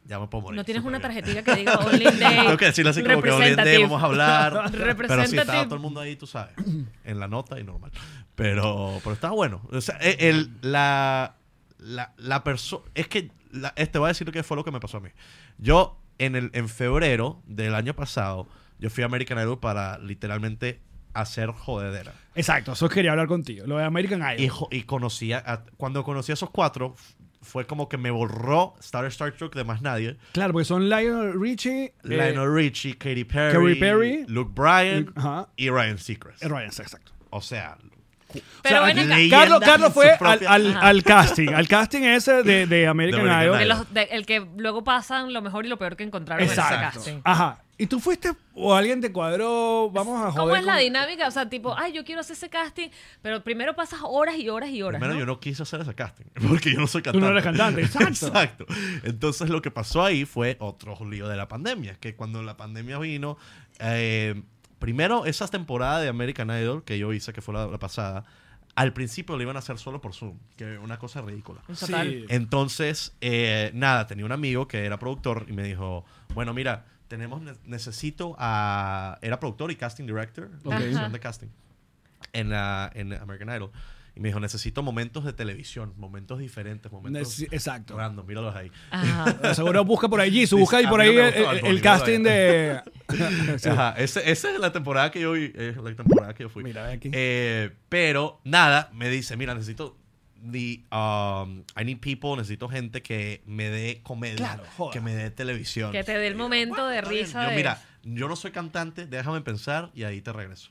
Speaker 3: ya me puedo morir.
Speaker 1: No tienes
Speaker 3: Súper
Speaker 1: una
Speaker 3: bien.
Speaker 1: tarjetita que diga Only Day.
Speaker 3: [laughs] Tengo que decirle así como que hoy en día
Speaker 1: representative.
Speaker 3: vamos a hablar. pero sí, estaba
Speaker 1: Representative.
Speaker 3: todo el mundo ahí, tú sabes. En la nota y normal. Pero, pero estaba bueno. O sea, e- el, la, la, la persona. Es que la, eh, te voy a decir lo que fue lo que me pasó a mí. Yo, en, el, en febrero del año pasado, yo fui a American Idol para literalmente hacer jodedera.
Speaker 2: Exacto, eso quería hablar contigo. Lo de American Idol.
Speaker 3: Y, jo- y conocí a- a- cuando conocí a esos cuatro, f- fue como que me borró Star Star Trek de más nadie.
Speaker 2: Claro, porque son Lionel Richie, eh,
Speaker 3: Lionel Richie, Katy Perry,
Speaker 2: Katy Perry,
Speaker 3: Luke Bryan
Speaker 2: Luke- ajá.
Speaker 3: y Ryan Seacrest.
Speaker 2: eh, Ryan, exacto.
Speaker 3: O sea, cu-
Speaker 1: Pero
Speaker 3: o sea,
Speaker 1: ven acá.
Speaker 3: leyendas
Speaker 2: Carlos, Carlos
Speaker 3: en
Speaker 2: fue
Speaker 3: su propia-
Speaker 2: al, al, al casting, al casting ese de, de American
Speaker 3: De American
Speaker 2: Idol.
Speaker 1: De
Speaker 3: Idol.
Speaker 1: los- de- el que luego pasan lo mejor y lo peor que encontraron en ese
Speaker 2: Exacto.
Speaker 1: casting.
Speaker 2: Ajá. ¿Y tú fuiste o alguien te cuadró? Vamos a joder.
Speaker 1: ¿Cómo es la
Speaker 2: con-
Speaker 1: dinámica? O sea, tipo, ay, yo quiero hacer ese casting, pero primero pasas horas y horas y horas.
Speaker 3: Primero,
Speaker 1: ¿no?
Speaker 3: yo no quise hacer ese casting, [laughs] porque yo no soy
Speaker 2: Tú
Speaker 3: cantante.
Speaker 2: no eres cantante, exacto.
Speaker 3: [laughs] Exacto. Entonces, lo que pasó ahí fue otro lío de la pandemia, que cuando la pandemia vino, eh, primero, esa temporada de American Idol que yo hice, que fue la, la pasada, al principio lo iban a hacer solo por Zoom, que es una cosa ridícula.
Speaker 1: Total.
Speaker 2: Sí.
Speaker 3: Entonces, eh, nada, tenía un amigo que era productor y me dijo, bueno, mira, tenemos, ne- necesito a... Era productor y casting director,
Speaker 2: Ok.
Speaker 3: dirección de casting, en, la, en American Idol. Y me dijo, necesito momentos de televisión, momentos diferentes, momentos...
Speaker 2: Neci- exacto.
Speaker 3: Random, míralos ahí. [laughs]
Speaker 1: Ajá.
Speaker 2: Seguro busca por allí, su busca
Speaker 3: Sí,
Speaker 2: y por
Speaker 3: a mí
Speaker 2: ahí
Speaker 3: no me
Speaker 2: el,
Speaker 3: gustó Bad
Speaker 2: el-
Speaker 3: Bunny,
Speaker 2: el casting de. [laughs] Sí.
Speaker 3: Ajá, ese- esa es la temporada que yo vi, es la temporada que yo fui.
Speaker 2: Mira, ve aquí.
Speaker 3: Eh, pero nada, me dice, mira, necesito the, um, I need people, necesito gente que me dé comedia,
Speaker 2: Claro, joda.
Speaker 3: que me dé televisión.
Speaker 1: Que te dé el
Speaker 3: Y yo,
Speaker 1: momento
Speaker 3: "Bueno,
Speaker 1: de
Speaker 3: está bien".
Speaker 1: risa
Speaker 3: Yo,
Speaker 1: de-
Speaker 3: mira, yo no soy cantante, déjame pensar y ahí te regreso.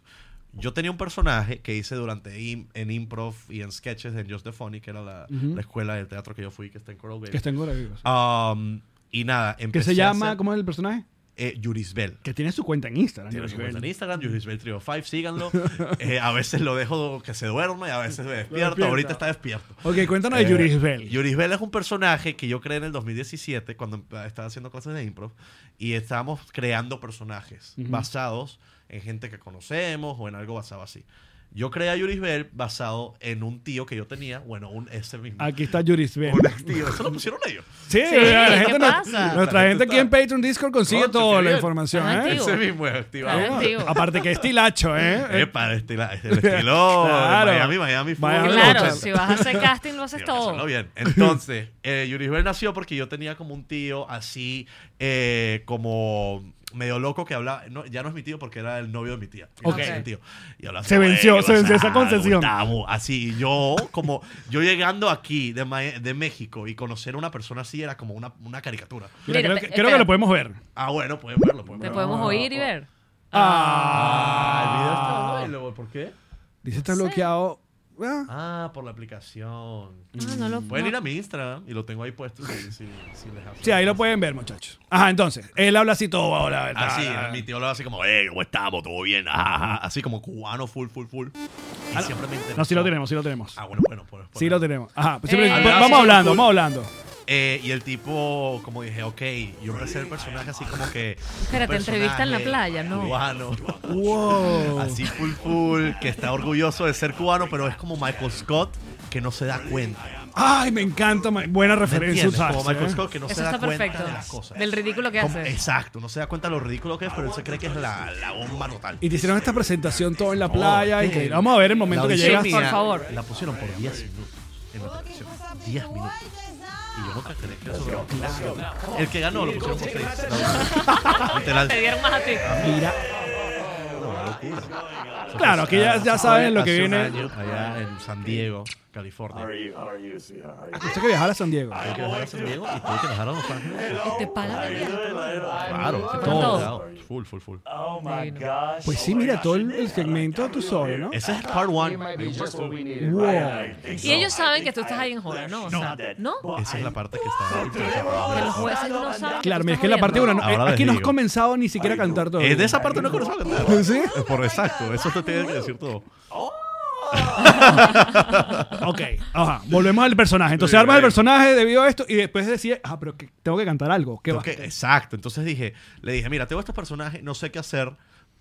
Speaker 3: Yo tenía un personaje que hice durante im- en improv y en sketches en Just the Funny, que era la, la escuela del teatro que yo fui, que está en Coral Gables.
Speaker 2: Que está en Coronavirus.
Speaker 3: Um, y nada, empecé
Speaker 2: Que se
Speaker 3: a
Speaker 2: llama,
Speaker 3: hacer,
Speaker 2: ¿cómo es el personaje?
Speaker 3: eh, Yurisbel.
Speaker 2: Que tiene su cuenta en Instagram.
Speaker 3: Tiene su
Speaker 2: Yuribel.
Speaker 3: cuenta en Instagram, Yurisbel Trio 5,
Speaker 2: [laughs]
Speaker 3: síganlo. Eh, a veces lo dejo que se duerma y a veces me despierto.
Speaker 2: despierta.
Speaker 3: Ahorita está despierto.
Speaker 2: Ok, cuéntanos
Speaker 3: Eh,
Speaker 2: de Yurisbel.
Speaker 3: Yurisbel es un personaje que yo creé en el 2017 cuando empe- estaba haciendo clases de improv y estábamos creando personajes basados en gente que conocemos o en algo basado así. Yo creé a Yurisbel basado en un tío que yo tenía, bueno, un ese mismo.
Speaker 2: Aquí está Yurisbel.
Speaker 3: [laughs] Un ex tío. Eso lo pusieron ellos.
Speaker 2: Sí,
Speaker 1: Sí,
Speaker 2: la
Speaker 1: ¿qué
Speaker 2: gente no-
Speaker 1: pasa?
Speaker 2: nuestra
Speaker 3: La gente
Speaker 2: gente aquí
Speaker 3: está-
Speaker 2: en Patreon Discord consigue
Speaker 3: Concho,
Speaker 2: toda
Speaker 3: qué
Speaker 2: la
Speaker 3: bien.
Speaker 2: información,
Speaker 1: Ajá,
Speaker 2: [laughs] ¿eh?
Speaker 1: tío.
Speaker 3: Ese mismo es activado.
Speaker 1: Claro. Activo.
Speaker 2: [laughs] Aparte que estilacho, ¿eh?
Speaker 3: Epa, de estilo, de estilo
Speaker 2: [laughs] Claro.
Speaker 3: Miami, Miami, Full.
Speaker 2: Miami,
Speaker 1: Claro,
Speaker 2: Claro.
Speaker 1: si vas a
Speaker 3: [laughs]
Speaker 1: hacer casting, lo
Speaker 3: Sí,
Speaker 1: haces
Speaker 3: hay que hacerlo
Speaker 1: todo.
Speaker 3: bien. Entonces, [laughs] eh, Yurisbel nació porque yo tenía como un tío así, eh, como medio loco que hablaba. no, ya no es mi tío porque era el novio de mi tía. Era
Speaker 2: Ok.
Speaker 3: ese tío. Y hablaba
Speaker 2: Se
Speaker 3: así,
Speaker 2: venció,
Speaker 3: "Oye,
Speaker 2: se
Speaker 3: ¿qué
Speaker 2: venció esa
Speaker 3: pasa,
Speaker 2: concesión".
Speaker 3: Gustavo?". Así, y yo, como yo llegando aquí de, Ma- de México y conocer a una persona así era como una, una caricatura.
Speaker 2: Mira,
Speaker 1: Mira,
Speaker 2: creo,
Speaker 1: pe-
Speaker 2: que, creo que
Speaker 1: espera.
Speaker 2: lo podemos ver.
Speaker 3: Ah, bueno, pueden verlo. Pueden
Speaker 1: Te
Speaker 3: verlo.
Speaker 1: podemos oír y ver.
Speaker 3: Ah, el video está bueno, ¿Por qué?
Speaker 2: Dice está bloqueado. Ah,
Speaker 3: Ah, por la aplicación.
Speaker 1: Ah, no lo-
Speaker 3: Pueden
Speaker 1: no.
Speaker 3: ir a mi Instagram y lo tengo ahí puesto si, si- si les hace.
Speaker 2: Sí, ahí lo pueden ver, muchachos. Ajá, entonces, él habla así ah. todo ahora, ¿verdad?
Speaker 3: Así, Ah, mi tío lo hace como, eh, ¿cómo estamos? ¿Todo bien? Ajá, ajá". Así como cubano, full, full, full. Y siempre me interesó.
Speaker 2: No, sí lo tenemos, sí lo tenemos.
Speaker 3: Ah, bueno, bueno. Por, por-
Speaker 2: Sí lo tenemos. Ajá, pues siempre-
Speaker 1: Eh.
Speaker 2: va- vamos hablando, vamos hablando.
Speaker 3: Eh, y el tipo, como dije, ok, yo empecé el personaje así como que...
Speaker 1: Espérate,
Speaker 3: un
Speaker 1: entrevista en la
Speaker 3: personaje
Speaker 1: playa, ¿no?
Speaker 3: Cubano.
Speaker 2: Wow.
Speaker 3: Así full full, que está orgulloso de ser cubano, pero es como Michael Scott, que no se da cuenta.
Speaker 2: Ay, me encanta. ma- Buena
Speaker 3: ¿Me
Speaker 2: referencia
Speaker 3: entiendes?
Speaker 2: usaste.
Speaker 3: Como Michael
Speaker 2: ¿eh?
Speaker 3: Scott, que no se
Speaker 1: Eso
Speaker 3: da
Speaker 1: está
Speaker 3: cuenta
Speaker 1: perfecto.
Speaker 3: de las cosas.
Speaker 1: Del ridículo que
Speaker 3: Como-
Speaker 1: hace.
Speaker 3: Exacto, no se da cuenta de lo ridículo que es, pero él se cree que es la, la bomba total.
Speaker 2: Y te hicieron esta presentación todo en la
Speaker 3: No,
Speaker 2: playa.
Speaker 3: eh,
Speaker 2: increíble. Vamos a ver el
Speaker 3: la
Speaker 2: momento que
Speaker 3: audición
Speaker 2: llegas.
Speaker 1: Sí,
Speaker 3: mía
Speaker 1: por favor.
Speaker 3: La pusieron por 10 minutos en la televisión. 10 minutos. Y yo nunca creí que eso era El que ganó lo pusieron por 6. Literal.
Speaker 1: Te dieron más a ti.
Speaker 2: Mira,
Speaker 3: Una locura. Eso
Speaker 2: Claro,
Speaker 3: fue
Speaker 2: que ya-
Speaker 3: hace-
Speaker 2: ya saben lo que
Speaker 3: hace un
Speaker 2: viene.
Speaker 3: año, allá en San Diego, California.
Speaker 2: tuviste que viajar a San Diego.
Speaker 3: Tuve que bajar a San Diego y tuve que bajar a Los Ángeles.
Speaker 1: Y te pagan el viaje.
Speaker 3: Claro,
Speaker 1: Fue
Speaker 3: todo.
Speaker 1: todo.
Speaker 3: pegado. Full, full, full.
Speaker 2: Pues sí, mira, todo el, el segmento tú solo, ¿no?
Speaker 3: Ese es part one.
Speaker 2: Wow.
Speaker 1: Y ellos saben que tú estás ahí en joda, ¿no? O sea, ¿no?
Speaker 3: Esa es la parte que está.
Speaker 1: Que los jueces no saben.
Speaker 2: Claro,
Speaker 1: tú
Speaker 2: mira, es
Speaker 1: estás
Speaker 2: que
Speaker 1: Ah,
Speaker 2: la parte
Speaker 1: viendo.
Speaker 2: 1,
Speaker 3: Ahora les
Speaker 2: aquí no has
Speaker 3: digo.
Speaker 2: comenzado ni siquiera a cantar todo.
Speaker 3: Es de esa parte no conozco cantar.
Speaker 2: [laughs] ¿Sí?
Speaker 3: Por exacto, eso te tiene que decir todo.
Speaker 2: Ok, ajá, volvemos al personaje. Entonces
Speaker 3: Sí,
Speaker 2: armas el
Speaker 3: ahí.
Speaker 2: personaje debido a esto y después decía, ah, pero que tengo que cantar algo. ¿Qué va?
Speaker 3: Tengo que- exacto. Entonces dije, le dije, mira, tengo estos personajes, no sé qué hacer.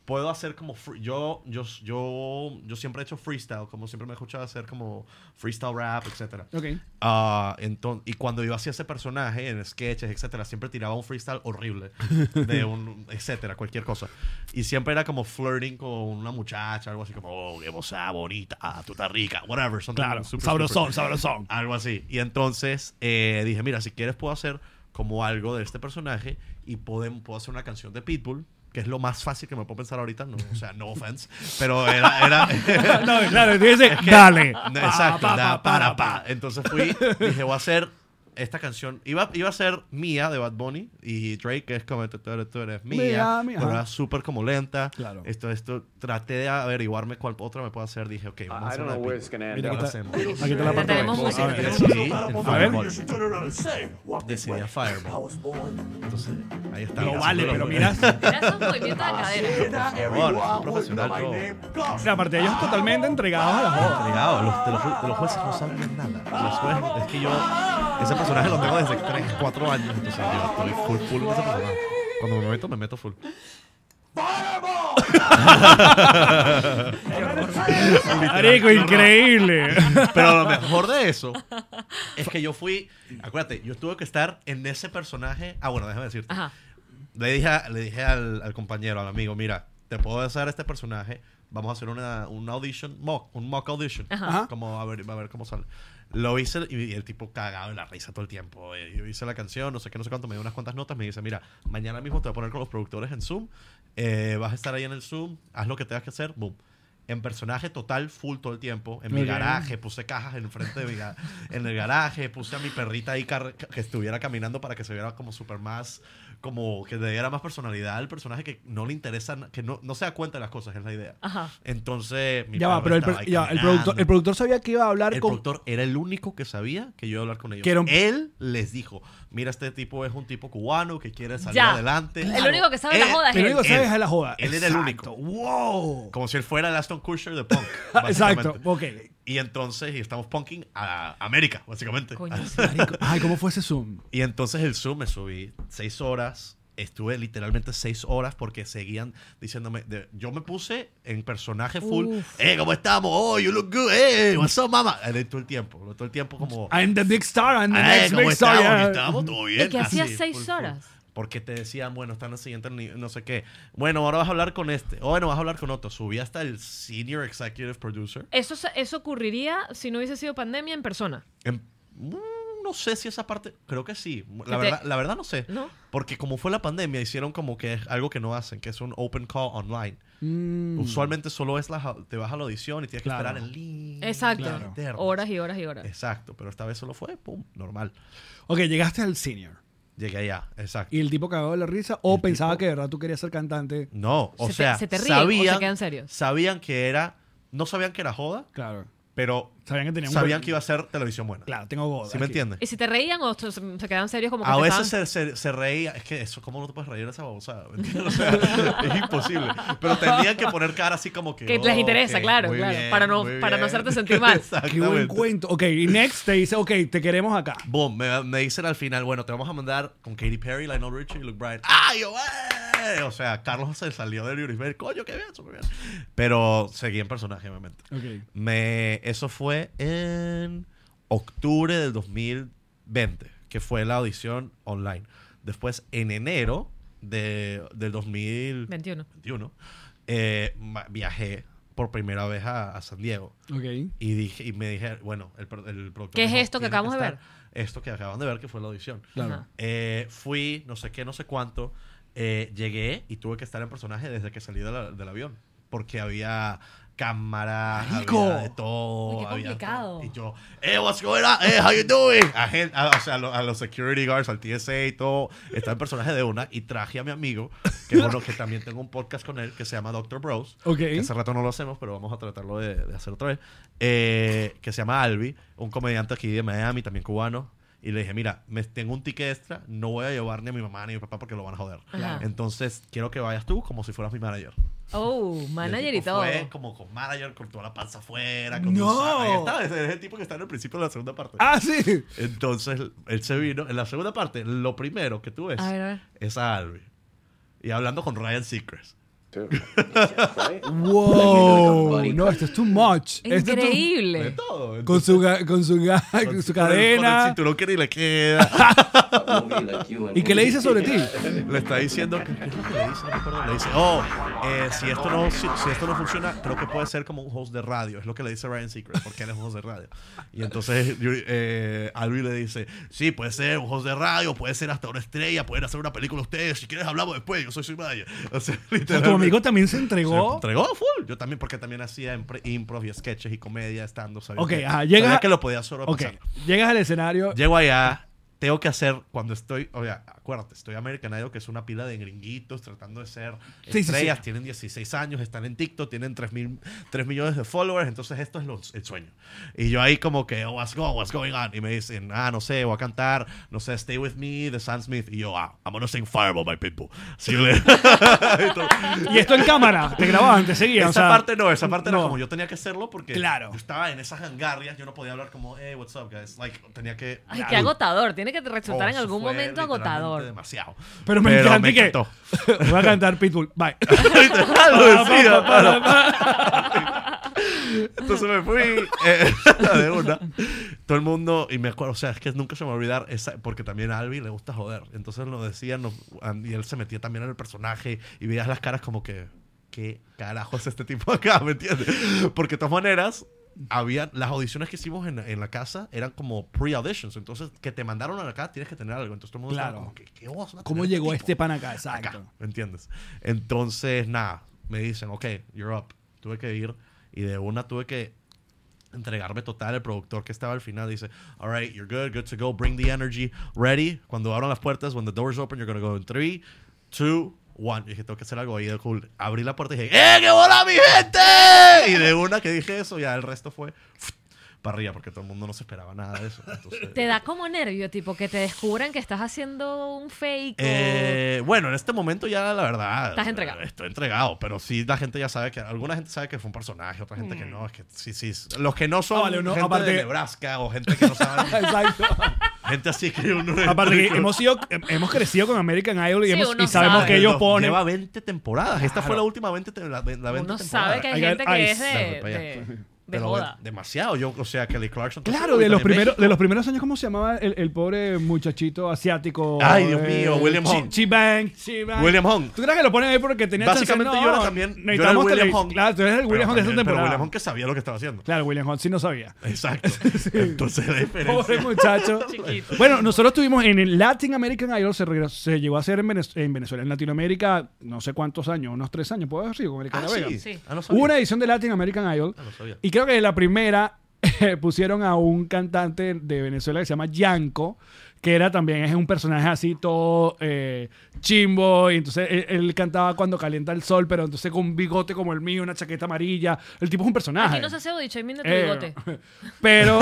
Speaker 3: Puedo hacer como free- yo, yo, yo, yo siempre he hecho freestyle, como siempre me he escuchado hacer como freestyle rap, etcétera.
Speaker 2: Ok.
Speaker 3: Ah, enton- y cuando yo hacía ese personaje en sketches, etcétera, siempre tiraba un freestyle horrible, de un, etcétera, cualquier cosa. Y siempre era como flirting con una muchacha, algo así como, oh, qué bosa bonita, ah, tú estás rica, whatever. something
Speaker 2: Claro,
Speaker 3: super,
Speaker 2: sabrosón,
Speaker 3: super-
Speaker 2: sabrosón.
Speaker 3: Algo así. Y entonces eh, dije, mira, si quieres puedo hacer como algo de este personaje y podem- puedo hacer una canción de Pitbull, que es lo más fácil que me puedo pensar ahorita, no, o sea, no offense, pero era... era
Speaker 2: [laughs] No, claro, dice, dale.
Speaker 3: No, Exacto,
Speaker 2: Pa, pa,
Speaker 3: da,
Speaker 2: pa,
Speaker 3: para,
Speaker 2: pa,
Speaker 3: pa. Entonces fui, Ah, dije, voy a hacer esta canción iba, iba a ser mía de Bad Bunny y Drake que es como tú eres, tú eres mía,
Speaker 2: Mía, mía,
Speaker 3: pero
Speaker 2: ajá.
Speaker 3: era súper como lenta.
Speaker 2: Claro.
Speaker 3: Esto, esto, traté de averiguarme cuál otra me puedo hacer. Dije, ok, vamos a
Speaker 5: I
Speaker 3: hacer
Speaker 5: don't
Speaker 3: una
Speaker 5: know
Speaker 3: de
Speaker 5: where
Speaker 3: Pink.
Speaker 5: it's gonna end
Speaker 2: Mira,
Speaker 5: up.
Speaker 2: aquí está, aquí está la parte de-
Speaker 1: Tenemos música.
Speaker 2: A ver.
Speaker 3: Decidí en
Speaker 2: ver.
Speaker 3: Fireball. Decidí a Fireball. Entonces, ahí está.
Speaker 2: No vale, pero
Speaker 3: mira
Speaker 2: miras.
Speaker 1: Era esos movimientos de
Speaker 3: Ah,
Speaker 1: cadera.
Speaker 3: favor, es un profesional yo.
Speaker 2: Mira, Aparte, ellos totalmente entregados a la joda.
Speaker 3: [laughs] Fregado, los, de, los, de los jueces no saben nada. Los jueces, es que yo, ese personaje lo tengo desde 3, 4 años. Entonces yo estoy full, full con ese personaje. Cuando me meto, me meto full.
Speaker 2: Marico, [laughs] increíble.
Speaker 3: Pero lo mejor de eso es que yo fui. Acuérdate, yo tuve que estar en ese personaje. Ah, bueno, déjame decirte.
Speaker 1: Ajá.
Speaker 3: Le dije, a- le dije al, al compañero, al amigo, mira, te puedo hacer este personaje. Vamos a hacer una, una audition, mock, un mock audition.
Speaker 2: Ajá.
Speaker 3: Como a ver, a ver cómo sale. Lo hice y el tipo cagado en la risa todo el tiempo. Eh, Yo hice la canción, no sé qué, no sé cuánto, me dio unas cuantas notas, me dice, mira, mañana mismo te voy a poner con los productores en Zoom, eh, vas a estar ahí en el Zoom, haz lo que tengas que hacer, boom. En personaje total, full todo el tiempo, en mi
Speaker 2: Muy bien.
Speaker 3: garaje, puse cajas en frente de mi ga- en el garaje, puse a mi perrita ahí car- que estuviera caminando para que se viera como súper más, como que le diera más personalidad al personaje que no le interesa, na- que no, no se da cuenta de las cosas, es la idea.
Speaker 1: Ajá.
Speaker 3: Entonces, mi
Speaker 2: Ya va, pero
Speaker 3: perro
Speaker 2: el,
Speaker 3: estaba
Speaker 2: per-
Speaker 3: ahí
Speaker 2: ya va, el,
Speaker 3: caminando.
Speaker 2: productor, el productor sabía que iba a hablar
Speaker 3: El
Speaker 2: con.
Speaker 3: productor era el único que sabía que yo iba a hablar con ellos.
Speaker 2: Que era un-
Speaker 3: Él les dijo, mira, este tipo es un tipo cubano que quiere salir
Speaker 1: Ya.
Speaker 3: adelante.
Speaker 1: El único que sabe la
Speaker 3: Él-
Speaker 1: joda es
Speaker 2: El
Speaker 1: él.
Speaker 2: único que sabe
Speaker 3: Él-
Speaker 2: es la joda.
Speaker 3: él era el único.
Speaker 2: ¡Wow!
Speaker 3: Como si él fuera el Aston Kutcher de punk. básicamente.
Speaker 2: [laughs] Exacto, ok.
Speaker 3: Y entonces y estamos punking a América, básicamente.
Speaker 1: Coño.
Speaker 2: Marico, Ay, ¿cómo fue ese Zoom?
Speaker 3: Y entonces el Zoom me subí seis horas. Estuve literalmente seis horas porque seguían diciéndome. de- yo me puse en personaje full. ¡Eh, cómo estamos! ¡Oh, you look good! ¡Eh, what's up, mama! Eh, Todo el tiempo, todo el tiempo como.
Speaker 2: I'm the big star, I'm the
Speaker 3: "Eh,
Speaker 2: next
Speaker 3: ¿cómo
Speaker 2: big star.
Speaker 3: estamos?
Speaker 2: yeah.
Speaker 3: ¿Estamos? ¿Todo bien?
Speaker 1: ¿Y qué hacías seis
Speaker 3: full, full.
Speaker 1: horas?
Speaker 3: Porque te decían, bueno, están en el siguiente nivel, no sé qué. Bueno, ahora vas a hablar con este. O bueno, vas a hablar con otro. Subí hasta el Senior Executive Producer.
Speaker 1: Eso, se- eso ocurriría si no hubiese sido pandemia en persona.
Speaker 3: Em, mm, no sé si esa parte, creo que sí. La
Speaker 1: Que te-
Speaker 3: verdad, la verdad no sé.
Speaker 1: ¿No?
Speaker 3: Porque como fue la pandemia, hicieron como que es algo que no hacen, que es un open call online.
Speaker 2: Mm.
Speaker 3: Usualmente solo es la, te vas a la audición y tienes que
Speaker 2: Claro.
Speaker 3: esperar en línea.
Speaker 1: Exacto.
Speaker 2: Mm, Claro.
Speaker 3: eternas.
Speaker 1: Horas y horas y horas.
Speaker 3: Exacto, pero esta vez solo fue, pum, normal.
Speaker 2: Ok, llegaste al senior.
Speaker 3: Llegué allá, exacto.
Speaker 2: ¿Y el tipo cagado de la risa? ¿O pensaba que de verdad tú querías ser cantante?
Speaker 3: No, o
Speaker 1: ¿Se te-
Speaker 3: sea,
Speaker 1: se te ríen o se
Speaker 3: sabían,
Speaker 1: quedan serios?
Speaker 3: sabían que era, no sabían que era joda,
Speaker 2: Claro.
Speaker 3: pero
Speaker 2: Sabían que tenía un-
Speaker 3: sabían que iba a ser televisión buena.
Speaker 2: Claro, tengo goda.
Speaker 3: ¿Sí me
Speaker 2: aquí.
Speaker 3: entiendes?
Speaker 1: ¿Y si te reían o se se quedaban serios como que
Speaker 3: A
Speaker 1: te
Speaker 3: veces
Speaker 1: estaban-
Speaker 3: se, se, se reía. Es que eso, ¿cómo no te puedes reír de esa babosada? ¿Me [laughs] entiendes? O sea, es imposible. Pero tenían que poner cara así como que. "Oh,
Speaker 1: Que les interesa,
Speaker 3: ok,
Speaker 1: claro,
Speaker 3: muy
Speaker 1: claro,
Speaker 3: bien,
Speaker 1: para no-
Speaker 3: muy
Speaker 1: para no
Speaker 3: bien.
Speaker 1: hacerte sentir mal.
Speaker 2: Qué buen
Speaker 3: [laughs] Exactamente.
Speaker 2: cuento. Ok, y Next te dice, ok, te queremos acá.
Speaker 3: Boom, me, me dicen al final, bueno, te vamos a mandar con Katy Perry, Lionel Richie y Luke Bryan. ¡Ay, yo, eh! O sea, Carlos se salió del Universe. Coño, qué bien, súper bien. Pero seguí en personaje, obviamente.
Speaker 2: Ok.
Speaker 3: Me, eso fue en octubre del 2020, que fue la audición online. Después, en enero de, del 2021,
Speaker 1: 21.
Speaker 3: eh, ma- viajé por primera vez a, a San Diego.
Speaker 2: Ok.
Speaker 3: Y, dije, y me dije, bueno, el, pro- el productor...
Speaker 1: ¿Qué es
Speaker 3: dijo,
Speaker 1: esto que
Speaker 3: "Tienes
Speaker 1: acabamos de
Speaker 3: estar- Esto que acaban de ver, que fue la audición.
Speaker 2: Claro.
Speaker 1: Ajá.
Speaker 3: Eh, fui, no sé qué, no sé cuánto. eh, llegué y tuve que estar en personaje desde que salí de la- del avión. Porque había cámaras,
Speaker 2: ¡Marico!
Speaker 3: había de todo.
Speaker 1: Uy, qué
Speaker 3: había
Speaker 1: complicado.
Speaker 3: todo. Y yo, eh, what's going on? Eh, how you doing? A, gen- a- o sea, a, lo- a los security guards, al TSA y todo. Estaba en personaje de una y traje a mi amigo, que bueno, que también tengo un podcast con él que se llama Doctor Bros.
Speaker 2: Ok.
Speaker 3: Que hace rato no lo hacemos, pero vamos a tratarlo de, de hacer otra vez. Eh, que se llama Albi, un comediante aquí de Miami, también cubano. Y le dije, mira, me tengo un ticket extra, no voy a llevar ni a mi mamá ni a mi papá porque lo van a joder.
Speaker 1: Ajá.
Speaker 3: Entonces, quiero que vayas tú como si fueras mi manager.
Speaker 1: Oh,
Speaker 3: Y el
Speaker 1: manager y
Speaker 3: tipo
Speaker 1: todo.
Speaker 3: Fue como con manager, con toda la panza afuera. Con
Speaker 2: ¡No!
Speaker 3: un saco. Ahí está, ese es el tipo que está en el principio de la segunda parte.
Speaker 2: Ah, sí.
Speaker 3: Entonces, él se vino. En la segunda parte, lo primero que tú ves
Speaker 1: A ver, a ver.
Speaker 3: es a Albi. Y hablando con Ryan Seacrest.
Speaker 5: Too. Right?
Speaker 2: Wow. [laughs] No, esto es too much. Esto es too-
Speaker 3: De
Speaker 1: Increíble.
Speaker 3: todo.
Speaker 2: con
Speaker 3: Entonces,
Speaker 2: su, ga- con su, ga- con su
Speaker 3: con el- Con el
Speaker 2: cadena.
Speaker 3: cinturón que ni le queda. [laughs]
Speaker 2: ¿Y qué le dice sobre ti?
Speaker 3: le está diciendo. que- ¿Qué es lo que le dice? No me acuerdo. Le dice, oh, eh, si, esto no, si, si esto no funciona, creo que puede ser como un host de radio. Es lo que le dice Ryan Seacrest, porque él es un host de radio. Y entonces yo- eh, Albi le dice, sí, puede ser un host de radio, puede ser hasta una estrella, pueden hacer una película ustedes. Si quieres, hablamos después. Yo soy su manager. [laughs] O sea, literalmente.
Speaker 2: Tu amigo también se
Speaker 3: Se
Speaker 2: entregó.
Speaker 3: entregó full. Yo también, porque también hacía impre- improv y sketches y comedia estando.
Speaker 2: Ok,
Speaker 3: que,
Speaker 2: ajá, llega-
Speaker 3: sabía que lo podía solo
Speaker 2: Ok.
Speaker 3: pasar.
Speaker 2: Llegas al escenario.
Speaker 3: Llego allá tengo que hacer cuando estoy, oye, acuérdate, estoy American Idol, que es una pila de gringuitos tratando de ser
Speaker 2: Sí, sí,
Speaker 3: estrellas,
Speaker 2: sí.
Speaker 3: tienen 16 años, están en TikTok, tienen 3, mil, 3 millones de followers, entonces esto es lo- el sueño. Y yo ahí como que, oh, what's, go, what's going on? Y me dicen, ah, no sé, voy a cantar, no sé, Stay With Me de Sam Smith. Y yo, ah, I'm gonna sing Fireball by Pitbull.
Speaker 2: [laughs]
Speaker 3: Sí, le-
Speaker 2: Y esto en cámara, te grababan, te seguían.
Speaker 3: esa
Speaker 2: o sea,
Speaker 3: parte no, esa parte
Speaker 2: no.
Speaker 3: era como yo tenía que hacerlo porque
Speaker 2: Claro.
Speaker 3: yo estaba en esas hangarrias, yo no podía hablar como, hey, what's up, guys? Like, tenía que...
Speaker 1: Ay,
Speaker 3: Nah,
Speaker 1: qué agotador. Tiene que
Speaker 3: oh,
Speaker 1: resultar en
Speaker 3: eso
Speaker 1: algún
Speaker 3: fue
Speaker 1: momento
Speaker 3: literalmente
Speaker 1: agotador. [laughs]
Speaker 3: Demasiado.
Speaker 2: Pero me encanta que-
Speaker 3: encantó.
Speaker 2: [laughs] Voy a cantar Pitbull. Bye.
Speaker 3: Literal,
Speaker 2: [laughs]
Speaker 3: lo decía, para. Entonces me fui eh, [laughs] de una. Todo el mundo, y me acuerdo, o sea, es que nunca se me va a olvidar, esa, porque también a Albi le gusta joder. Entonces lo decían, nos- y él se metía también en el personaje, y veías las caras como que, ¿qué carajo es este tipo acá? [laughs] ¿Me entiendes? Porque de todas maneras. Había, las audiciones que hicimos en, en la casa eran como pre-auditions. Entonces, que te mandaron a la casa tienes que tener algo. Entonces, todo el mundo estaba
Speaker 2: Claro.
Speaker 3: como, ¿qué, qué oso va a
Speaker 2: ¿Cómo
Speaker 3: tener
Speaker 2: llegó
Speaker 3: tipo?
Speaker 2: este pan acá?
Speaker 3: acá,
Speaker 2: Exacto.
Speaker 3: ¿me entiendes? Entonces, nada, me dicen, ok, you're up. Tuve que ir y de una tuve que entregarme total. El productor que estaba al final dice, all right, you're good, good to go, bring the energy, ready. Cuando abran las puertas, when the doors open, you're gonna go in three, two, one. Y dije, tengo que hacer algo ahí de cool. Abrí la puerta y dije, ¡eh, qué bola, mi gente! Y de una que dije eso, ya el resto fue para arriba, porque todo el mundo no se esperaba nada de eso. Entonces,
Speaker 1: Te da como nervio, tipo, que te descubran que estás haciendo un fake. o-
Speaker 3: Eh, bueno, en este momento ya la verdad.
Speaker 1: Estás entregado.
Speaker 3: Estoy entregado, pero sí la gente ya sabe que. Alguna gente sabe que fue un personaje, otra gente
Speaker 1: Mm.
Speaker 3: que no. Es que sí, sí. Los que no son
Speaker 2: Ah, vale, uno-
Speaker 3: gente
Speaker 2: aparte-
Speaker 3: de Nebraska o gente que
Speaker 2: [laughs]
Speaker 3: no sabe. [laughs]
Speaker 2: Exacto.
Speaker 3: gente así que uno.
Speaker 2: Aparte que hemos, sido, hemos crecido con American Idol y,
Speaker 1: Sí,
Speaker 2: hemos-
Speaker 1: uno
Speaker 2: y sabemos
Speaker 1: sabe.
Speaker 2: que ellos ponen...
Speaker 3: Lleva 20 temporadas. Esta fue la última 20, te- la, la 20
Speaker 1: Uno
Speaker 3: temporada.
Speaker 1: sabe que hay
Speaker 2: Hay que-
Speaker 1: gente
Speaker 2: ay,
Speaker 1: que es de,
Speaker 3: dale pues, para allá.
Speaker 1: de- de
Speaker 3: Pero
Speaker 1: joda.
Speaker 3: demasiado. Yo, o sea, Kelly Clarkson.
Speaker 2: Claro,
Speaker 3: y
Speaker 2: de los,
Speaker 3: también
Speaker 2: primeros,
Speaker 3: México.
Speaker 2: de los primeros años, ¿cómo se llamaba el, el pobre muchachito asiático? Eh,
Speaker 3: Ay, Dios mío, William
Speaker 2: Chi-
Speaker 3: Hong.
Speaker 2: Chi-Bang, Chi-Bang.
Speaker 3: William Hong.
Speaker 2: ¿Tú crees que lo ponen ahí porque tenía chance?
Speaker 3: Básicamente yo era también. Yo era el
Speaker 2: necesitamos
Speaker 3: William
Speaker 2: televis-
Speaker 3: Hong.
Speaker 2: Claro, tú eres el
Speaker 3: Pero
Speaker 2: William Hong de esta
Speaker 3: también- pero
Speaker 2: temporada.
Speaker 3: William Hong que sabía lo que estaba haciendo.
Speaker 2: Claro, [laughs] William Hong sí no sabía.
Speaker 3: Exacto. Entonces la [laughs] diferencia.
Speaker 2: Pobre muchacho.
Speaker 1: Chiquito.
Speaker 2: Bueno, nosotros tuvimos en el Latin American Idol, se, regresó- se llegó a hacer en Venez- en Venezuela, en Latinoamérica, no sé cuántos años, unos tres años, ¿puedo decir? Con Erika de
Speaker 3: Ah,
Speaker 2: la Vega.
Speaker 3: sí.
Speaker 1: Sí.
Speaker 3: Ah, no sabía.
Speaker 2: Hubo una edición de Latin American Idol
Speaker 3: Ah, no sabía.
Speaker 2: y creo que la primera [laughs] pusieron a un cantante de Venezuela que se llama Yanko, que era también es un personaje así todo eh, chimbo y entonces él, él cantaba cuando calienta el sol, pero entonces con un bigote como el mío, una chaqueta amarilla. El tipo es un personaje.
Speaker 1: Aquí no se hace dicho, ahí mira tu
Speaker 2: Eh,
Speaker 1: bigote.
Speaker 2: [laughs] Pero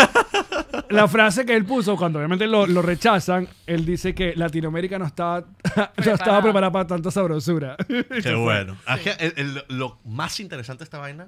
Speaker 2: la frase que él puso, cuando obviamente lo, lo rechazan, él dice que Latinoamérica no estaba, [laughs] no estaba
Speaker 1: Preparada.
Speaker 2: preparada para tanta
Speaker 3: [laughs]
Speaker 2: sabrosura. Ah,
Speaker 3: Qué bueno. Ajá, el- el- lo más interesante de esta vaina,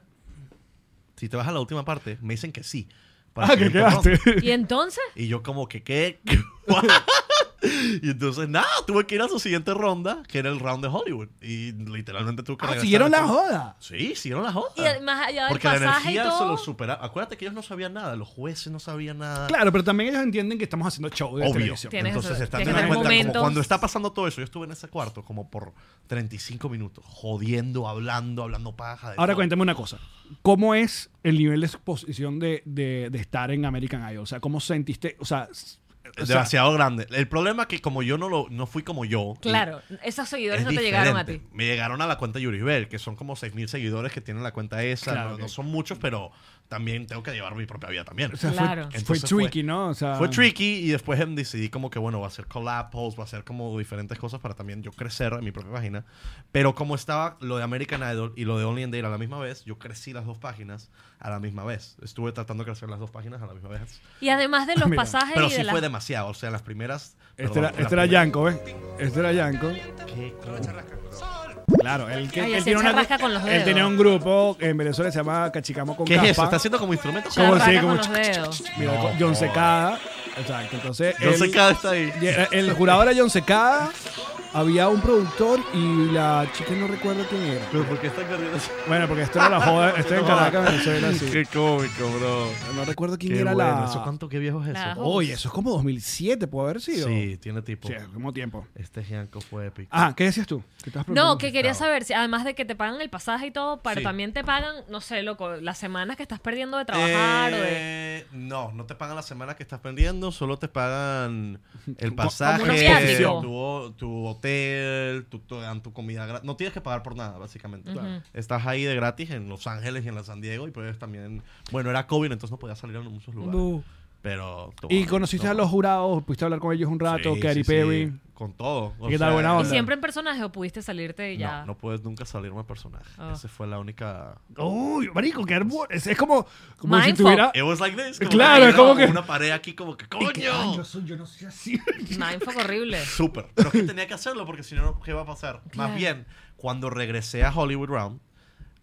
Speaker 3: si te vas a la última parte, me dicen que sí. Para
Speaker 2: ah, que
Speaker 3: el siguiente
Speaker 2: quedaste.
Speaker 3: round.
Speaker 1: ¿Y entonces?
Speaker 3: Y yo como que, ¿qué? [laughs] y entonces, nada, tuve que ir a su siguiente ronda, que era el round de Hollywood. Y literalmente tuve que
Speaker 2: Ah,
Speaker 3: regresar
Speaker 2: siguieron la
Speaker 3: todo.
Speaker 2: joda.
Speaker 3: Sí, siguieron la joda.
Speaker 1: Y el- más allá del
Speaker 3: Porque la
Speaker 1: pasaje y
Speaker 3: energía se
Speaker 1: todo.
Speaker 3: lo superaba. Acuérdate que ellos no sabían nada, los jueces no sabían nada.
Speaker 2: Claro, pero también ellos entienden que estamos haciendo show de
Speaker 3: Obvio.
Speaker 2: televisión.
Speaker 1: Tienes
Speaker 3: Entonces
Speaker 1: eso,
Speaker 3: están
Speaker 1: tienes
Speaker 3: teniendo en
Speaker 1: esos
Speaker 3: cuenta como
Speaker 1: momentos.
Speaker 3: cuando está pasando todo eso. Yo estuve en ese cuarto como por 35 minutos, jodiendo, hablando, hablando paja. de
Speaker 2: Ahora
Speaker 3: todo.
Speaker 2: cuéntame una cosa. ¿Cómo es el nivel de exposición de, de- de estar en American Idol? O sea, ¿cómo sentiste? O sea, s- o sea,
Speaker 3: Demasiado grande. El problema es que como yo no lo no fui como yo.
Speaker 1: Claro, esos
Speaker 3: y-
Speaker 1: seguidores
Speaker 3: es
Speaker 1: no te llegaron a ti.
Speaker 3: diferente. Me llegaron a la cuenta de Yuribel, que son como 6.000 seguidores que tienen la cuenta esa.
Speaker 2: Claro,
Speaker 3: no,
Speaker 2: ok.
Speaker 3: no son muchos, pero también tengo que llevar mi propia vida también.
Speaker 2: o sea,
Speaker 1: Claro.
Speaker 2: fue, fue
Speaker 3: Entonces
Speaker 2: tricky, ¿no? O sea,
Speaker 3: Fue tricky y después em, decidí como que, bueno, va a ser collab posts, va a ser como diferentes cosas para también yo crecer en mi propia página. Pero como estaba lo de American Idol y lo de Only and Dale a la misma vez, yo crecí las dos páginas a la misma vez. Estuve tratando de crecer las dos páginas a la misma vez.
Speaker 1: Y además de los
Speaker 2: Mira,
Speaker 1: pasajes
Speaker 3: Pero
Speaker 1: y de
Speaker 3: sí
Speaker 1: las-
Speaker 3: fue demasiado. O sea, las primeras...
Speaker 2: Este
Speaker 3: perdón,
Speaker 2: era,
Speaker 3: las
Speaker 2: este era
Speaker 3: primeras-
Speaker 2: Yanko, ¿ves? Este era Yanko. Claro, él, que,
Speaker 1: Ay,
Speaker 2: él
Speaker 1: así
Speaker 2: tiene
Speaker 1: se
Speaker 2: una-
Speaker 1: rasca con los
Speaker 2: él
Speaker 1: dedos.
Speaker 2: tenía un grupo en Venezuela que se llama Cachicamo con
Speaker 3: ¿Qué es
Speaker 2: Capa.
Speaker 3: eso? ¿Está haciendo como instrumento?
Speaker 1: Se
Speaker 2: como
Speaker 1: arranca
Speaker 2: así,
Speaker 1: con
Speaker 2: como
Speaker 1: los dedos.
Speaker 2: Mira,
Speaker 3: No,
Speaker 2: con John
Speaker 3: joder.
Speaker 2: Secada. Exacto, entonces.
Speaker 3: Yo
Speaker 2: él-
Speaker 3: sé que ahora
Speaker 2: [laughs]
Speaker 3: está ahí.
Speaker 2: y era- El jurado era John Secada. Había un productor y la chica no recuerdo quién era.
Speaker 3: Pero ¿por qué están perdiendo?
Speaker 2: Bueno, porque esto era la joda. Esto
Speaker 3: [laughs]
Speaker 2: en
Speaker 3: No,
Speaker 2: Caracas, Venezuela, sí.
Speaker 3: Qué cómico, bro.
Speaker 2: No recuerdo quién
Speaker 3: Qué
Speaker 2: era
Speaker 3: bueno.
Speaker 2: la.
Speaker 3: ¿Eso cuánto? ¿Qué viejo es eso?
Speaker 1: La-
Speaker 2: Oye, eso es como 2007, puede haber sido.
Speaker 3: Sí, tiene tipo...
Speaker 2: Sí, al mismo tiempo.
Speaker 3: Este Gianco fue épico.
Speaker 2: Ajá, ¿qué decías tú? ¿Qué estabas
Speaker 1: No,
Speaker 2: preguntando?
Speaker 1: que quería saber, si, además de que te pagan el pasaje y todo, pero
Speaker 3: Sí.
Speaker 1: también te pagan, no sé, loco, las semanas que estás perdiendo de trabajar o de...
Speaker 3: Eh, No, no te pagan la semana que estás vendiendo, solo te pagan el
Speaker 2: Como- como
Speaker 1: un
Speaker 3: pasaje,
Speaker 1: viático.
Speaker 3: tu, ho- tu hotel, tu, te dan tu comida gratis. No tienes que pagar por nada, básicamente.
Speaker 1: Claro.
Speaker 3: Estás ahí de gratis en Los Ángeles y en la San Diego y puedes también... Bueno, era COVID, entonces no podías salir a muchos lugares. Pero. tú-
Speaker 2: Y conociste
Speaker 3: no.
Speaker 2: a los jurados, pudiste hablar con ellos un rato,
Speaker 3: Sí,
Speaker 2: Katy
Speaker 3: sí, sí,
Speaker 2: Perry.
Speaker 3: Con todo. o
Speaker 2: ¿Y qué tal? Buena
Speaker 1: ¿Y
Speaker 2: onda.
Speaker 1: siempre en personaje o pudiste salirte y ya?
Speaker 3: No, no puedes nunca salirme de personaje.
Speaker 1: Ah.
Speaker 3: Esa fue la única.
Speaker 2: Uy, marico, qué hermoso. Es, es como, como si
Speaker 1: Mindfuck.
Speaker 2: tuviera...
Speaker 3: It was like this. como
Speaker 2: Claro,
Speaker 3: que
Speaker 2: es como
Speaker 3: tenía
Speaker 2: que-
Speaker 3: Una pared aquí, como que,
Speaker 2: Y que, ay,
Speaker 3: coño.
Speaker 2: yo, soy, yo no soy así.
Speaker 1: Mindfuck horrible.
Speaker 3: Súper. Pero es que tenía que hacerlo porque si no, ¿qué va a pasar?
Speaker 1: Claro.
Speaker 3: Más bien, cuando regresé a Hollywood Round,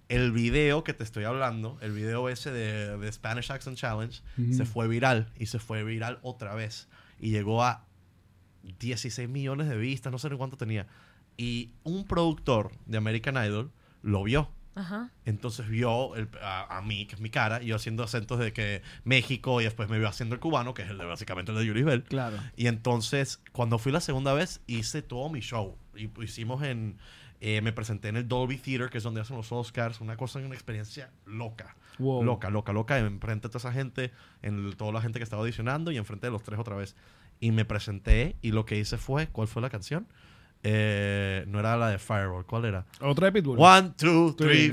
Speaker 3: el video que te estoy hablando, el video ese de, de Spanish Accent Challenge, se fue viral y se fue viral otra vez. Y llegó a 16 millones de vistas, no sé ni cuánto tenía. Y un productor de American Idol lo vio. [laughs]
Speaker 1: Ajá.
Speaker 3: Entonces vio el- a, a mí, que es mi cara, y yo haciendo acentos de que México y después me vio haciendo el cubano, que es el de, básicamente el de Yuri Bell.
Speaker 2: Claro.
Speaker 3: Y entonces, cuando fui la segunda vez, hice todo mi show. Y hicimos en. eh, me presenté en el Dolby Theater, que es donde hacen los Oscars. Una cosa, una experiencia loca.
Speaker 2: [laughs] Wow.
Speaker 3: Loca, loca, loca. Enfrente de toda esa gente, en el- toda la gente que estaba audicionando y enfrente de los tres otra vez. Y me presenté y lo que hice fue. ¿Cuál fue la canción? Eh, no era la de Fireball, ¿cuál era?
Speaker 2: Otra de Pitbull.
Speaker 3: One, two, three,
Speaker 2: Three,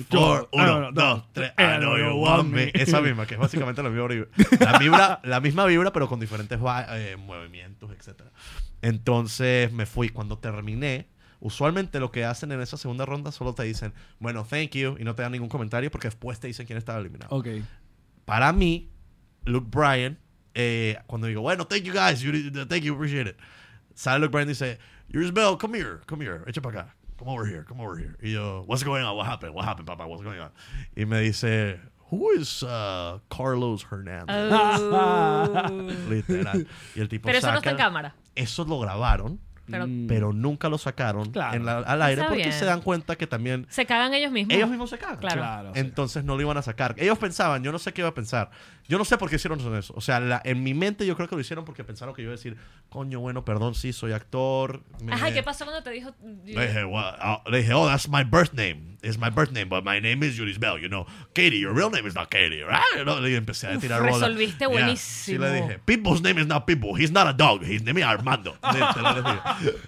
Speaker 2: four.
Speaker 3: four. Uno,
Speaker 2: Ah, no,
Speaker 3: dos,
Speaker 2: no.
Speaker 3: tres.
Speaker 2: Ah,
Speaker 3: I know
Speaker 2: no,
Speaker 3: you
Speaker 2: no,
Speaker 3: want
Speaker 2: want
Speaker 3: me.
Speaker 2: me.
Speaker 3: Esa misma, que es básicamente la misma vibra.
Speaker 2: [laughs]
Speaker 3: La, vibra- la misma vibra, pero con diferentes va- eh, movimientos, etc. Entonces me fui. Cuando terminé, usualmente lo que hacen en esa segunda ronda solo te dicen, bueno, thank you, y no te dan ningún comentario porque después te dicen quién estaba eliminado.
Speaker 2: Ok.
Speaker 3: Uh, Para mí, Luke Bryan, eh, cuando digo, bueno, thank you guys, you- uh, thank you, appreciate it. Sale Luke Bryan y dice, Yurisbel, come here, come here, echa para acá. Come over here, come over here. Y yo, what's going on, what happened, what happened, papá, what's going on. Y me dice, who is uh, Carlos Hernández?
Speaker 2: Ah,
Speaker 1: Oh.
Speaker 3: [laughs] Literal. Y el Mm. tipo
Speaker 1: Pero eso no está
Speaker 3: saca-
Speaker 1: en cámara.
Speaker 3: Eso lo grabaron,
Speaker 1: Pero
Speaker 3: pero nunca lo sacaron
Speaker 2: Claro.
Speaker 3: en la- al aire
Speaker 1: Está
Speaker 3: porque
Speaker 1: bien.
Speaker 3: se dan cuenta que también
Speaker 1: se cagan ellos mismos.
Speaker 3: ellos mismos se cagan.
Speaker 1: Claro.
Speaker 2: Claro. sí.
Speaker 3: Entonces no lo iban a sacar. Ellos pensaban, yo no sé qué iba a pensar. Yo no sé por qué hicieron eso. O sea, la- en mi mente yo creo que lo hicieron porque pensaron que yo iba a decir, coño, bueno, perdón, sí, soy actor. me-
Speaker 1: Ajá, ¿y ¿qué pasó cuando te dijo?
Speaker 3: Le dije, "Well, ah", le dije, oh, that's my birth name. It's my birth name, but my name is Judy Bell, you know. Katie, your real name is not Katie, right? No, le empecé a
Speaker 1: Uf,
Speaker 3: tirar bola.
Speaker 1: resolviste
Speaker 3: Yeah.
Speaker 1: buenísimo.
Speaker 3: Sí, le dije, people's name is not people. He's not a dog. His name
Speaker 1: [laughs]
Speaker 3: is Armando. Este, Le- te lo dije.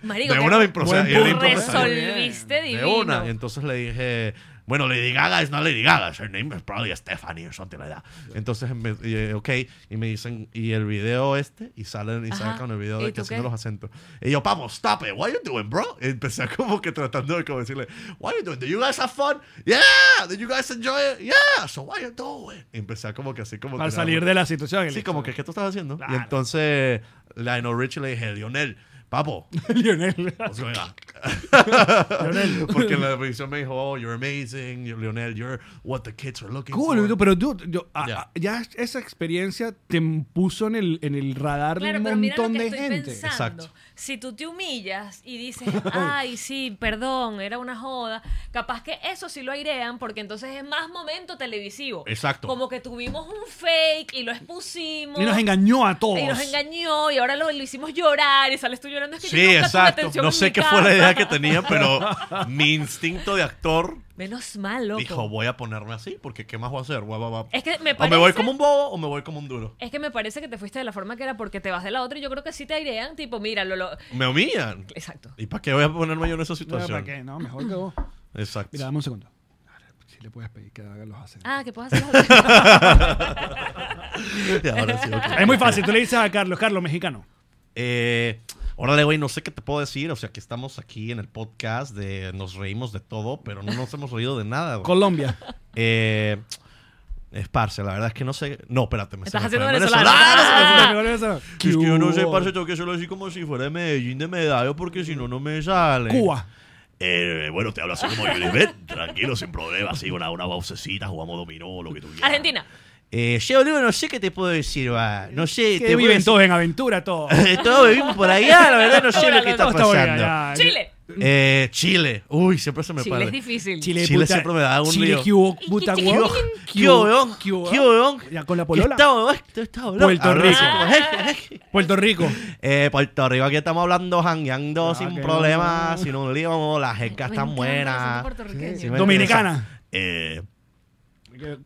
Speaker 1: Marico,
Speaker 3: de
Speaker 1: qué
Speaker 3: una me improvisé.
Speaker 2: buen
Speaker 3: yo le
Speaker 2: punto.
Speaker 3: improvisé.
Speaker 1: Resolviste
Speaker 3: eh. De
Speaker 1: divino.
Speaker 3: una. Entonces le dije, bueno, Lady Gaga es no Lady Gaga. Her name is probably Stephanie or something like that. Entonces, me, y, eh, ok, y me dicen, ¿y el video este? Y salen y
Speaker 1: Ajá.
Speaker 3: sacan el video
Speaker 1: ¿Y
Speaker 3: de
Speaker 1: tú
Speaker 3: que haciendo
Speaker 1: qué?
Speaker 3: los acentos. Y yo, vamos, stop it. What are you doing, bro? Y empecé como que tratando de como decirle, what are you doing? Do you guys have fun? Yeah. Do you guys enjoy it? Yeah. So what are you doing? Y empecé como que así como
Speaker 2: Para
Speaker 3: que-
Speaker 2: salir de la situación.
Speaker 3: Sí,
Speaker 2: Elixir.
Speaker 3: como que, ¿qué tú estás haciendo?
Speaker 2: Claro.
Speaker 3: Y entonces, Lionel Richie le dije, Lionel, papo,
Speaker 2: [laughs] Lionel.
Speaker 3: What's going on? [laughs] Porque en la revisión me dijo, oh, you're amazing, you're- Lionel, you're what the kids are looking
Speaker 2: Cool,
Speaker 3: for.
Speaker 2: boludo, pero tú, yo- a-
Speaker 3: Ya.
Speaker 2: a- ya esa experiencia te puso en el, en el radar de
Speaker 1: Claro,
Speaker 2: un
Speaker 1: pero mira lo
Speaker 2: montón
Speaker 1: que
Speaker 2: de
Speaker 1: estoy
Speaker 2: gente.
Speaker 1: pensando.
Speaker 3: Exacto.
Speaker 1: Si tú te humillas y dices,
Speaker 3: [laughs]
Speaker 1: ay, sí, perdón, era una joda, capaz que eso sí lo airean porque entonces es más momento televisivo.
Speaker 3: Exacto.
Speaker 1: Como que tuvimos un fake y lo expusimos.
Speaker 2: Y nos engañó a todos.
Speaker 1: Y nos engañó y ahora lo, lo hicimos llorar y sales tú llorando. Es que
Speaker 3: Sí,
Speaker 1: yo nunca tuve
Speaker 3: exacto.
Speaker 1: atención
Speaker 3: No
Speaker 1: en mi
Speaker 3: sé qué fue la idea
Speaker 1: casa.
Speaker 3: que tenía,
Speaker 1: [laughs]
Speaker 3: pero mi instinto de actor
Speaker 1: Menos mal, loco.
Speaker 3: dijo, voy a ponerme así, porque ¿qué más voy a hacer? Voy a- voy a-
Speaker 1: pues. Es que me
Speaker 3: O me voy
Speaker 1: parece-
Speaker 3: como un bobo o me voy como un duro.
Speaker 1: Es que me parece que te fuiste de la forma que era porque te vas de la otra y yo creo que sí te airean, tipo, mira, lo... lo...
Speaker 3: Me humillan. [laughs]
Speaker 1: Exacto.
Speaker 3: ¿Y para qué voy a ponerme yo en esa
Speaker 2: No, ¿para
Speaker 3: situación?
Speaker 2: qué? No, mejor que vos.
Speaker 3: Exacto.
Speaker 2: Mira, dame un segundo. Si le puedes pedir que haga los acentos.
Speaker 1: Ah, que puedes hacer... [laughs]
Speaker 3: [laughs] Y ahora sí, ok.
Speaker 2: Es muy fácil. Tú le dices a Carlos, Carlos, mexicano.
Speaker 3: Eh, órale, güey, no sé qué te puedo decir. O sea, que estamos aquí en el podcast de nos reímos de todo, pero no nos hemos reído de nada.
Speaker 2: [laughs]
Speaker 3: güey.
Speaker 2: Colombia.
Speaker 3: Eh, es parce, la verdad es que no sé. No, espérate, me
Speaker 1: Estás
Speaker 3: se me
Speaker 1: haciendo
Speaker 3: fue.
Speaker 1: venezolano.
Speaker 3: ¡Venezolano!
Speaker 2: Ah. Es
Speaker 3: Es que yo no sé, parce, tengo que hacerlo así como si fuera de Medellín de medallo, porque si no, no me sale.
Speaker 2: Cuba.
Speaker 3: Eh, bueno, te hablo así como Yulibet, tranquilo, sin problema, así, una, una vocecita, jugamos dominó, lo que tú
Speaker 1: [laughs]
Speaker 3: quieras.
Speaker 1: Argentina.
Speaker 3: Eh, che, boludo, no sé qué te puedo decir, va. No sé,
Speaker 2: Que
Speaker 3: te voy a
Speaker 2: viven
Speaker 3: decir-
Speaker 2: todos en aventura,
Speaker 3: [laughs]
Speaker 2: todos.
Speaker 3: Todos vivimos por allá, la verdad
Speaker 2: [laughs]
Speaker 3: no sé lo que está
Speaker 2: Todos estamos allá,
Speaker 3: pasando.
Speaker 2: ya.
Speaker 1: Chile.
Speaker 3: Eh, Chile. Uy, siempre se me
Speaker 1: Chile es
Speaker 3: para.
Speaker 1: difícil.
Speaker 2: Chile,
Speaker 3: Chile
Speaker 2: puta-
Speaker 3: siempre me da un
Speaker 2: Chile,
Speaker 3: lío.
Speaker 2: ¿qué hubo,
Speaker 1: Y-
Speaker 2: puta,
Speaker 1: y-
Speaker 2: huevón?
Speaker 3: ¿Qué hubo, weón?
Speaker 2: ¿Qué
Speaker 3: ¿Qué
Speaker 2: hubo?
Speaker 3: hubo,
Speaker 2: Ya con la
Speaker 3: ¿Qué
Speaker 2: polola.
Speaker 3: está, weón? ¿Qué está, weón?
Speaker 2: Puerto
Speaker 3: Ahora
Speaker 2: Rico.
Speaker 3: sí, como-
Speaker 2: Puerto
Speaker 3: [laughs]
Speaker 2: Rico.
Speaker 3: Eh, Puerto Rico, aquí estamos hablando, jangueando
Speaker 2: Ah,
Speaker 3: sin
Speaker 2: que
Speaker 3: problemas,
Speaker 2: no.
Speaker 3: sin un lío. La jerga
Speaker 1: Me
Speaker 3: está
Speaker 1: encanta
Speaker 3: buena.
Speaker 1: el acento puertorriqueño.
Speaker 3: Sí, me
Speaker 2: Dominicana.
Speaker 3: interesa. Eh.
Speaker 2: Ah,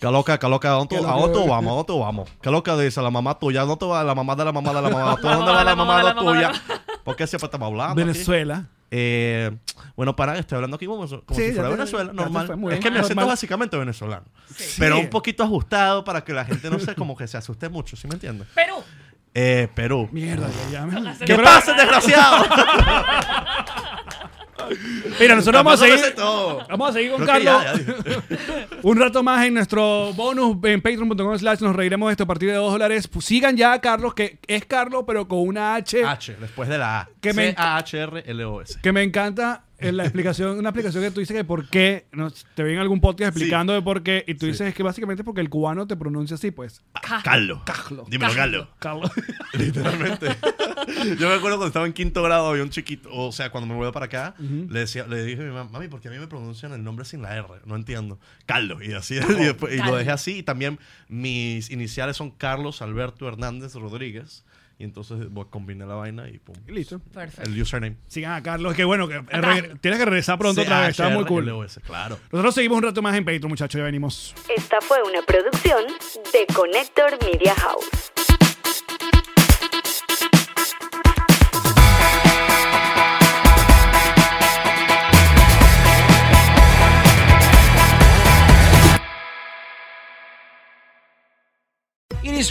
Speaker 3: Qué loca, qué loca, ¿a dónde
Speaker 2: Qué
Speaker 3: a
Speaker 2: loca.
Speaker 3: dónde vamos? ¿A dónde vamos? Qué loca dice la mamá tuya, ¿a ¿dónde va la mamá de la mamá de la
Speaker 1: [laughs]
Speaker 3: mamá?
Speaker 1: La
Speaker 3: ¿A
Speaker 1: mamá
Speaker 3: ¿Dónde va
Speaker 1: de
Speaker 3: la
Speaker 1: la
Speaker 3: mamá de la
Speaker 1: mamá de la
Speaker 3: tuya? ¿Por qué siempre estamos hablando? aquí?
Speaker 2: Venezuela.
Speaker 3: Eh, bueno, para, estoy hablando aquí como, como
Speaker 2: Sí,
Speaker 3: si fuera
Speaker 2: ya te-
Speaker 3: Venezuela,
Speaker 2: ya te
Speaker 3: normal.
Speaker 2: fue, muy
Speaker 3: es
Speaker 2: bien.
Speaker 3: que mi acento es
Speaker 2: Normal.
Speaker 3: básicamente venezolano.
Speaker 2: Sí.
Speaker 3: Pero un poquito ajustado para que la gente no se como que se asuste mucho, ¿sí me entiendes?
Speaker 1: Perú.
Speaker 3: Eh, Perú.
Speaker 2: Mierda, ya, ya me-
Speaker 3: ¿Qué
Speaker 2: [laughs]
Speaker 3: pasa, desgraciado?
Speaker 2: Mira, nosotros vamos a
Speaker 3: Tampoco me
Speaker 2: seguir.
Speaker 3: sé todo.
Speaker 2: [laughs] Vamos a seguir con
Speaker 3: Creo que
Speaker 2: Carlos.
Speaker 3: ya, ya.
Speaker 2: Un rato más en nuestro bonus en patreon.com slash nos reiremos de esto a partir de 2 dólares. Pues sigan ya a Carlos, que es Carlos, pero con una H,
Speaker 3: H, después de la A.
Speaker 2: Eh, Que me-
Speaker 3: C-A-H-R-L-O-S.
Speaker 2: que me encanta eh, la explicación, una explicación que tú dices que por qué, no, te vi en algún podcast explicando de por qué, y tú dices que básicamente es porque el cubano te pronuncia así, pues.
Speaker 3: Ah, Carlos. Dímelo, Carlos.
Speaker 2: Carlos. [laughs]
Speaker 3: [laughs] Literalmente. Yo me acuerdo cuando estaba en quinto grado, había un chiquito, o sea, cuando me mudé para acá, le, decía, le dije a mi mamá, mami, ¿por qué a mí me pronuncian el nombre sin la R? No entiendo. Carlos. Y así, [laughs]
Speaker 2: Oh,
Speaker 3: y, después- y lo dejé así. Y también mis iniciales son Carlos Alberto Hernández Rodríguez. Y entonces bueno, combiné la vaina y pum.
Speaker 2: Y listo.
Speaker 1: Perfecto.
Speaker 3: El username.
Speaker 2: Sigan a Carlos, que bueno, que regre- tienes que regresar pronto otra
Speaker 3: ah,
Speaker 2: vez, está muy cool.
Speaker 3: CHRLOS, Claro.
Speaker 2: Nosotros seguimos un rato más en Patreon, muchachos, ya venimos.
Speaker 6: Esta fue una producción de Connector Media House.
Speaker 7: It is